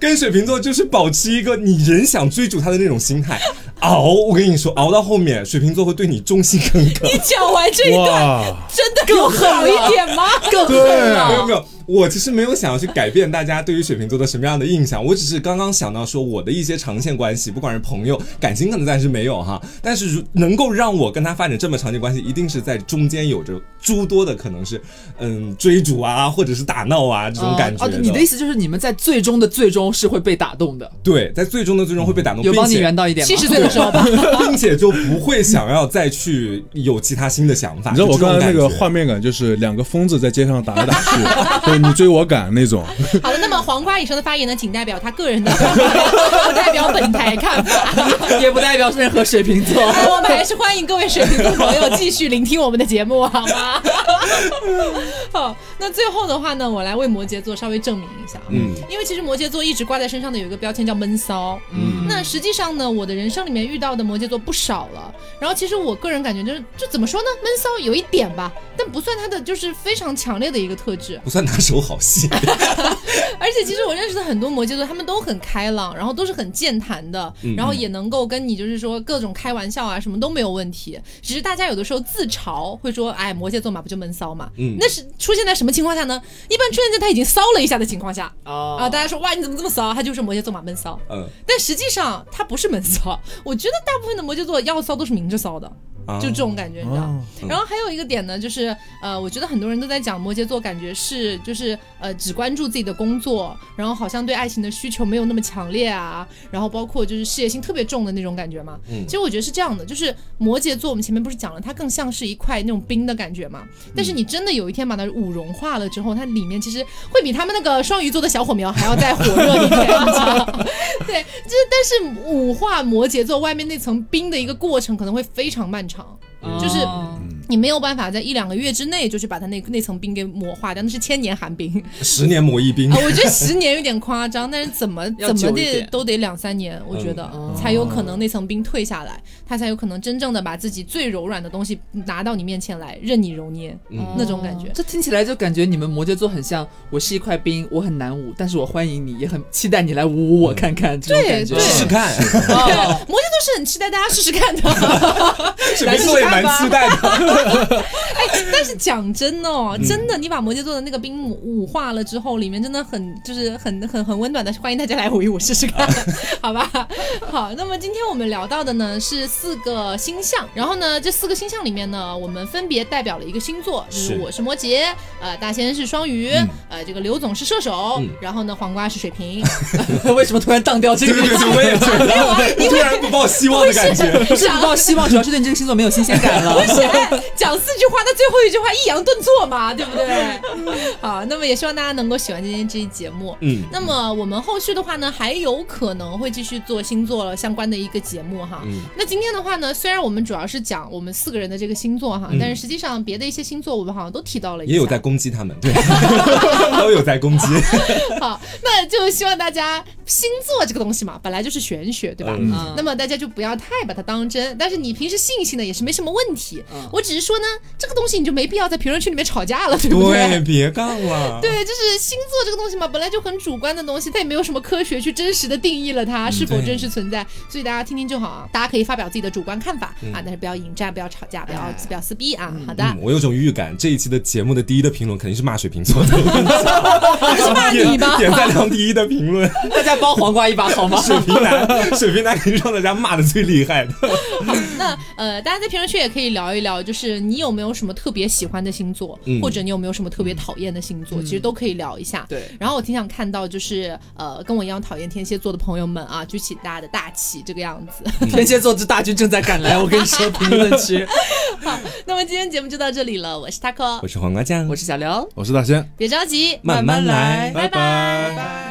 Speaker 2: 跟水瓶座 就是保持一个你仍想追逐他的那种心态。熬，我跟你说，熬到后面，水瓶座会对你忠心耿耿。
Speaker 1: 你讲完这一段，真的更好一点吗？
Speaker 3: 更狠了，
Speaker 2: 啊没有没有。我其实没有想要去改变大家对于水瓶座的什么样的印象，我只是刚刚想到说我的一些长线关系，不管是朋友、感情，可能暂时没有哈，但是如能够让我跟他发展这么长线关系，一定是在中间有着诸多的可能是，嗯，追逐啊，或者是打闹啊这种感觉、哦
Speaker 3: 哦。你的意思就是你们在最终的最终是会被打动的？
Speaker 2: 对，在最终的最终会被打动，
Speaker 3: 有帮你圆到 一点吗？
Speaker 1: 七十岁的时候吧，
Speaker 2: 并且就不会想要再去有其他新的想法。
Speaker 4: 你知道我刚才那个画面感就是两个疯子在街上打来打去。你追我赶那种。
Speaker 1: 好了，那么上黄瓜以上的发言呢，仅代表他个人的看法，不代表本台看法。
Speaker 3: 也不代表任何水瓶座。
Speaker 1: 哎我们还是欢迎各位水瓶座朋友继续聆听我们的节目，好吗？ 好，那最后的话呢，我来为摩羯座稍微证明一下，啊
Speaker 2: 嗯，
Speaker 1: 因为其实摩羯座一直挂在身上的有一个标签叫闷骚，嗯，那实际上呢，我的人生里面遇到的摩羯座不少了，然后其实我个人感觉就是，就怎么说呢，闷骚有一点吧，但不算他的就是非常强烈的一个特质，
Speaker 2: 不算拿手好戏。
Speaker 1: 而且其实我认识的很多摩羯座，他们都很开朗，然后都是很健谈的，然后也能够跟你就是说各种开玩笑啊，什么都没有问题。只是大家有的时候自嘲会说，哎，摩羯座嘛，不就闷骚嘛？
Speaker 2: 嗯
Speaker 1: 那是出现在什么情况下呢？一般出现在他已经骚了一下的情况下
Speaker 3: 哦
Speaker 1: 啊，大家说哇，你怎么这么骚？他就是摩羯座嘛，闷骚。
Speaker 2: 嗯，
Speaker 1: 但实际上他不是闷骚，我觉得大部分的摩羯座要骚都是明着骚的。
Speaker 2: 啊
Speaker 1: 就这种感觉，你知道。
Speaker 4: 哦
Speaker 1: 然后还有一个点呢，就是呃，我觉得很多人都在讲摩羯座，感觉是就是呃只关注自己的工作，然后好像对爱情的需求没有那么强烈啊，然后包括就是事业心特别重的那种感觉嘛。
Speaker 2: 嗯
Speaker 1: 其实我觉得是这样的，就是摩羯座，我们前面不是讲了，它更像是一块那种冰的感觉嘛。但是你真的有一天把它捂融化了之后，它里面其实会比他们那个双鱼座的小火苗还要再火热一点，你知道吗？ 对，就是但是五化摩羯座外面那层冰的一个过程可能会非常漫长，就是
Speaker 3: 啊
Speaker 1: 你没有办法在一两个月之内就去把它那那层冰给抹化掉，那是千年寒 冰
Speaker 2: 十年磨一兵
Speaker 3: 哦
Speaker 1: 啊！。我觉得十年有点夸张，但是怎么
Speaker 3: 要
Speaker 1: 怎么
Speaker 3: 久一
Speaker 1: 的
Speaker 3: 点
Speaker 1: 都得两三年，我觉得、
Speaker 3: 嗯
Speaker 1: 才有可能那层冰退下来，它才有可能真正的把自己最柔软的东西拿到你面前来，任你揉捏、
Speaker 2: 嗯
Speaker 1: 那种感觉。
Speaker 3: 这听起来就感觉你们摩羯座很像，我是一块冰，我很难舞，但是我欢迎你，也很期待你来舞舞我看看，这种感觉。
Speaker 1: 对
Speaker 2: 试试看，
Speaker 1: 对，
Speaker 3: 哦
Speaker 1: 摩羯座是很期待大家试试看 的。
Speaker 2: 水瓶座也蛮期待的。
Speaker 1: 但是讲真哦，
Speaker 2: 嗯
Speaker 1: 真的，你把摩羯座的那个冰捂化了之后，里面真的很就是很很很温暖的，欢迎大家来捂一捂试试 看，好吧？好，那么今天我们聊到的呢是四个星象，然后呢这四个星象里面呢，我们分别代表了一个星座，就是
Speaker 2: 是
Speaker 1: 我是摩羯，呃，大仙是双鱼，呃，这个刘总是射手，
Speaker 2: 嗯
Speaker 1: 然后呢黄瓜是水 瓶，
Speaker 3: 为什么突然荡掉这
Speaker 2: 对
Speaker 3: 个？
Speaker 2: 对对，我也觉 得，突然不抱希望的感觉。
Speaker 3: 不是不抱希望，主要是对你这个星座没有新鲜感了。
Speaker 1: 是哎讲四句话，那最后一句话抑扬顿挫嘛，对不对？好，那么也希望大家能够喜欢今天这一节目。
Speaker 2: 嗯，
Speaker 1: 那么我们后续的话呢，还有可能会继续做星座了相关的一个节目哈。
Speaker 2: 嗯
Speaker 1: 那今天的话呢，虽然我们主要是讲我们四个人的这个星座哈，
Speaker 2: 嗯
Speaker 1: 但是实际上别的一些星座我们好像都提到了一下。
Speaker 2: 也有在攻击他们， 对，都有在攻击。
Speaker 1: 好，那就希望大家星座这个东西嘛，本来就是玄学，对吧？
Speaker 2: 嗯
Speaker 3: 嗯
Speaker 1: 那么大家就不要太把它当真，但是你平时信一信呢，也是没什么问题。
Speaker 3: 嗯
Speaker 1: 我只是说呢，这个东西你就没必要在评论区里面吵架了，对不
Speaker 2: 对，别啊杠了。
Speaker 1: 对，就是星座这个东西嘛，本来就很主观的东西，它也没有什么科学去真实的定义了它是否
Speaker 2: 嗯对
Speaker 1: 真实存在，所以大家听听就好啊。大家可以发表自己的主观看法、啊，但是不要引战，不要吵架，不要
Speaker 3: 哎
Speaker 1: 不要撕逼啊。好的，
Speaker 2: 嗯嗯，我有种预感，这一期的节目的第一的评论肯定是骂水瓶座的，
Speaker 1: 是骂你吧？
Speaker 2: 点赞量第一的评 论，
Speaker 3: 大家帮黄瓜一把好吗？
Speaker 2: 水瓶男，水瓶男肯定让大家骂的最厉害的。
Speaker 1: 那呃，大家在评论区也可以聊一聊，就是你有没有什么特别喜欢的星座，
Speaker 2: 嗯
Speaker 1: 或者你有没有什么特别讨厌的星座，其实都可以聊一下。
Speaker 3: 对
Speaker 1: 然后我挺想看到，就是呃，跟我一样讨厌天蝎座的朋友们啊，举起大家的大旗，这个样子。
Speaker 3: 天蝎座之大军正在赶来，我跟你说，评论区，
Speaker 1: 那么今天节目就到这里了，我是 taco，
Speaker 2: 我是黄瓜酱
Speaker 3: 我，是小刘，
Speaker 4: 我是大仙，
Speaker 1: 别着急，
Speaker 2: 慢慢来
Speaker 1: 拜
Speaker 2: 拜
Speaker 1: 拜
Speaker 2: 拜
Speaker 1: 拜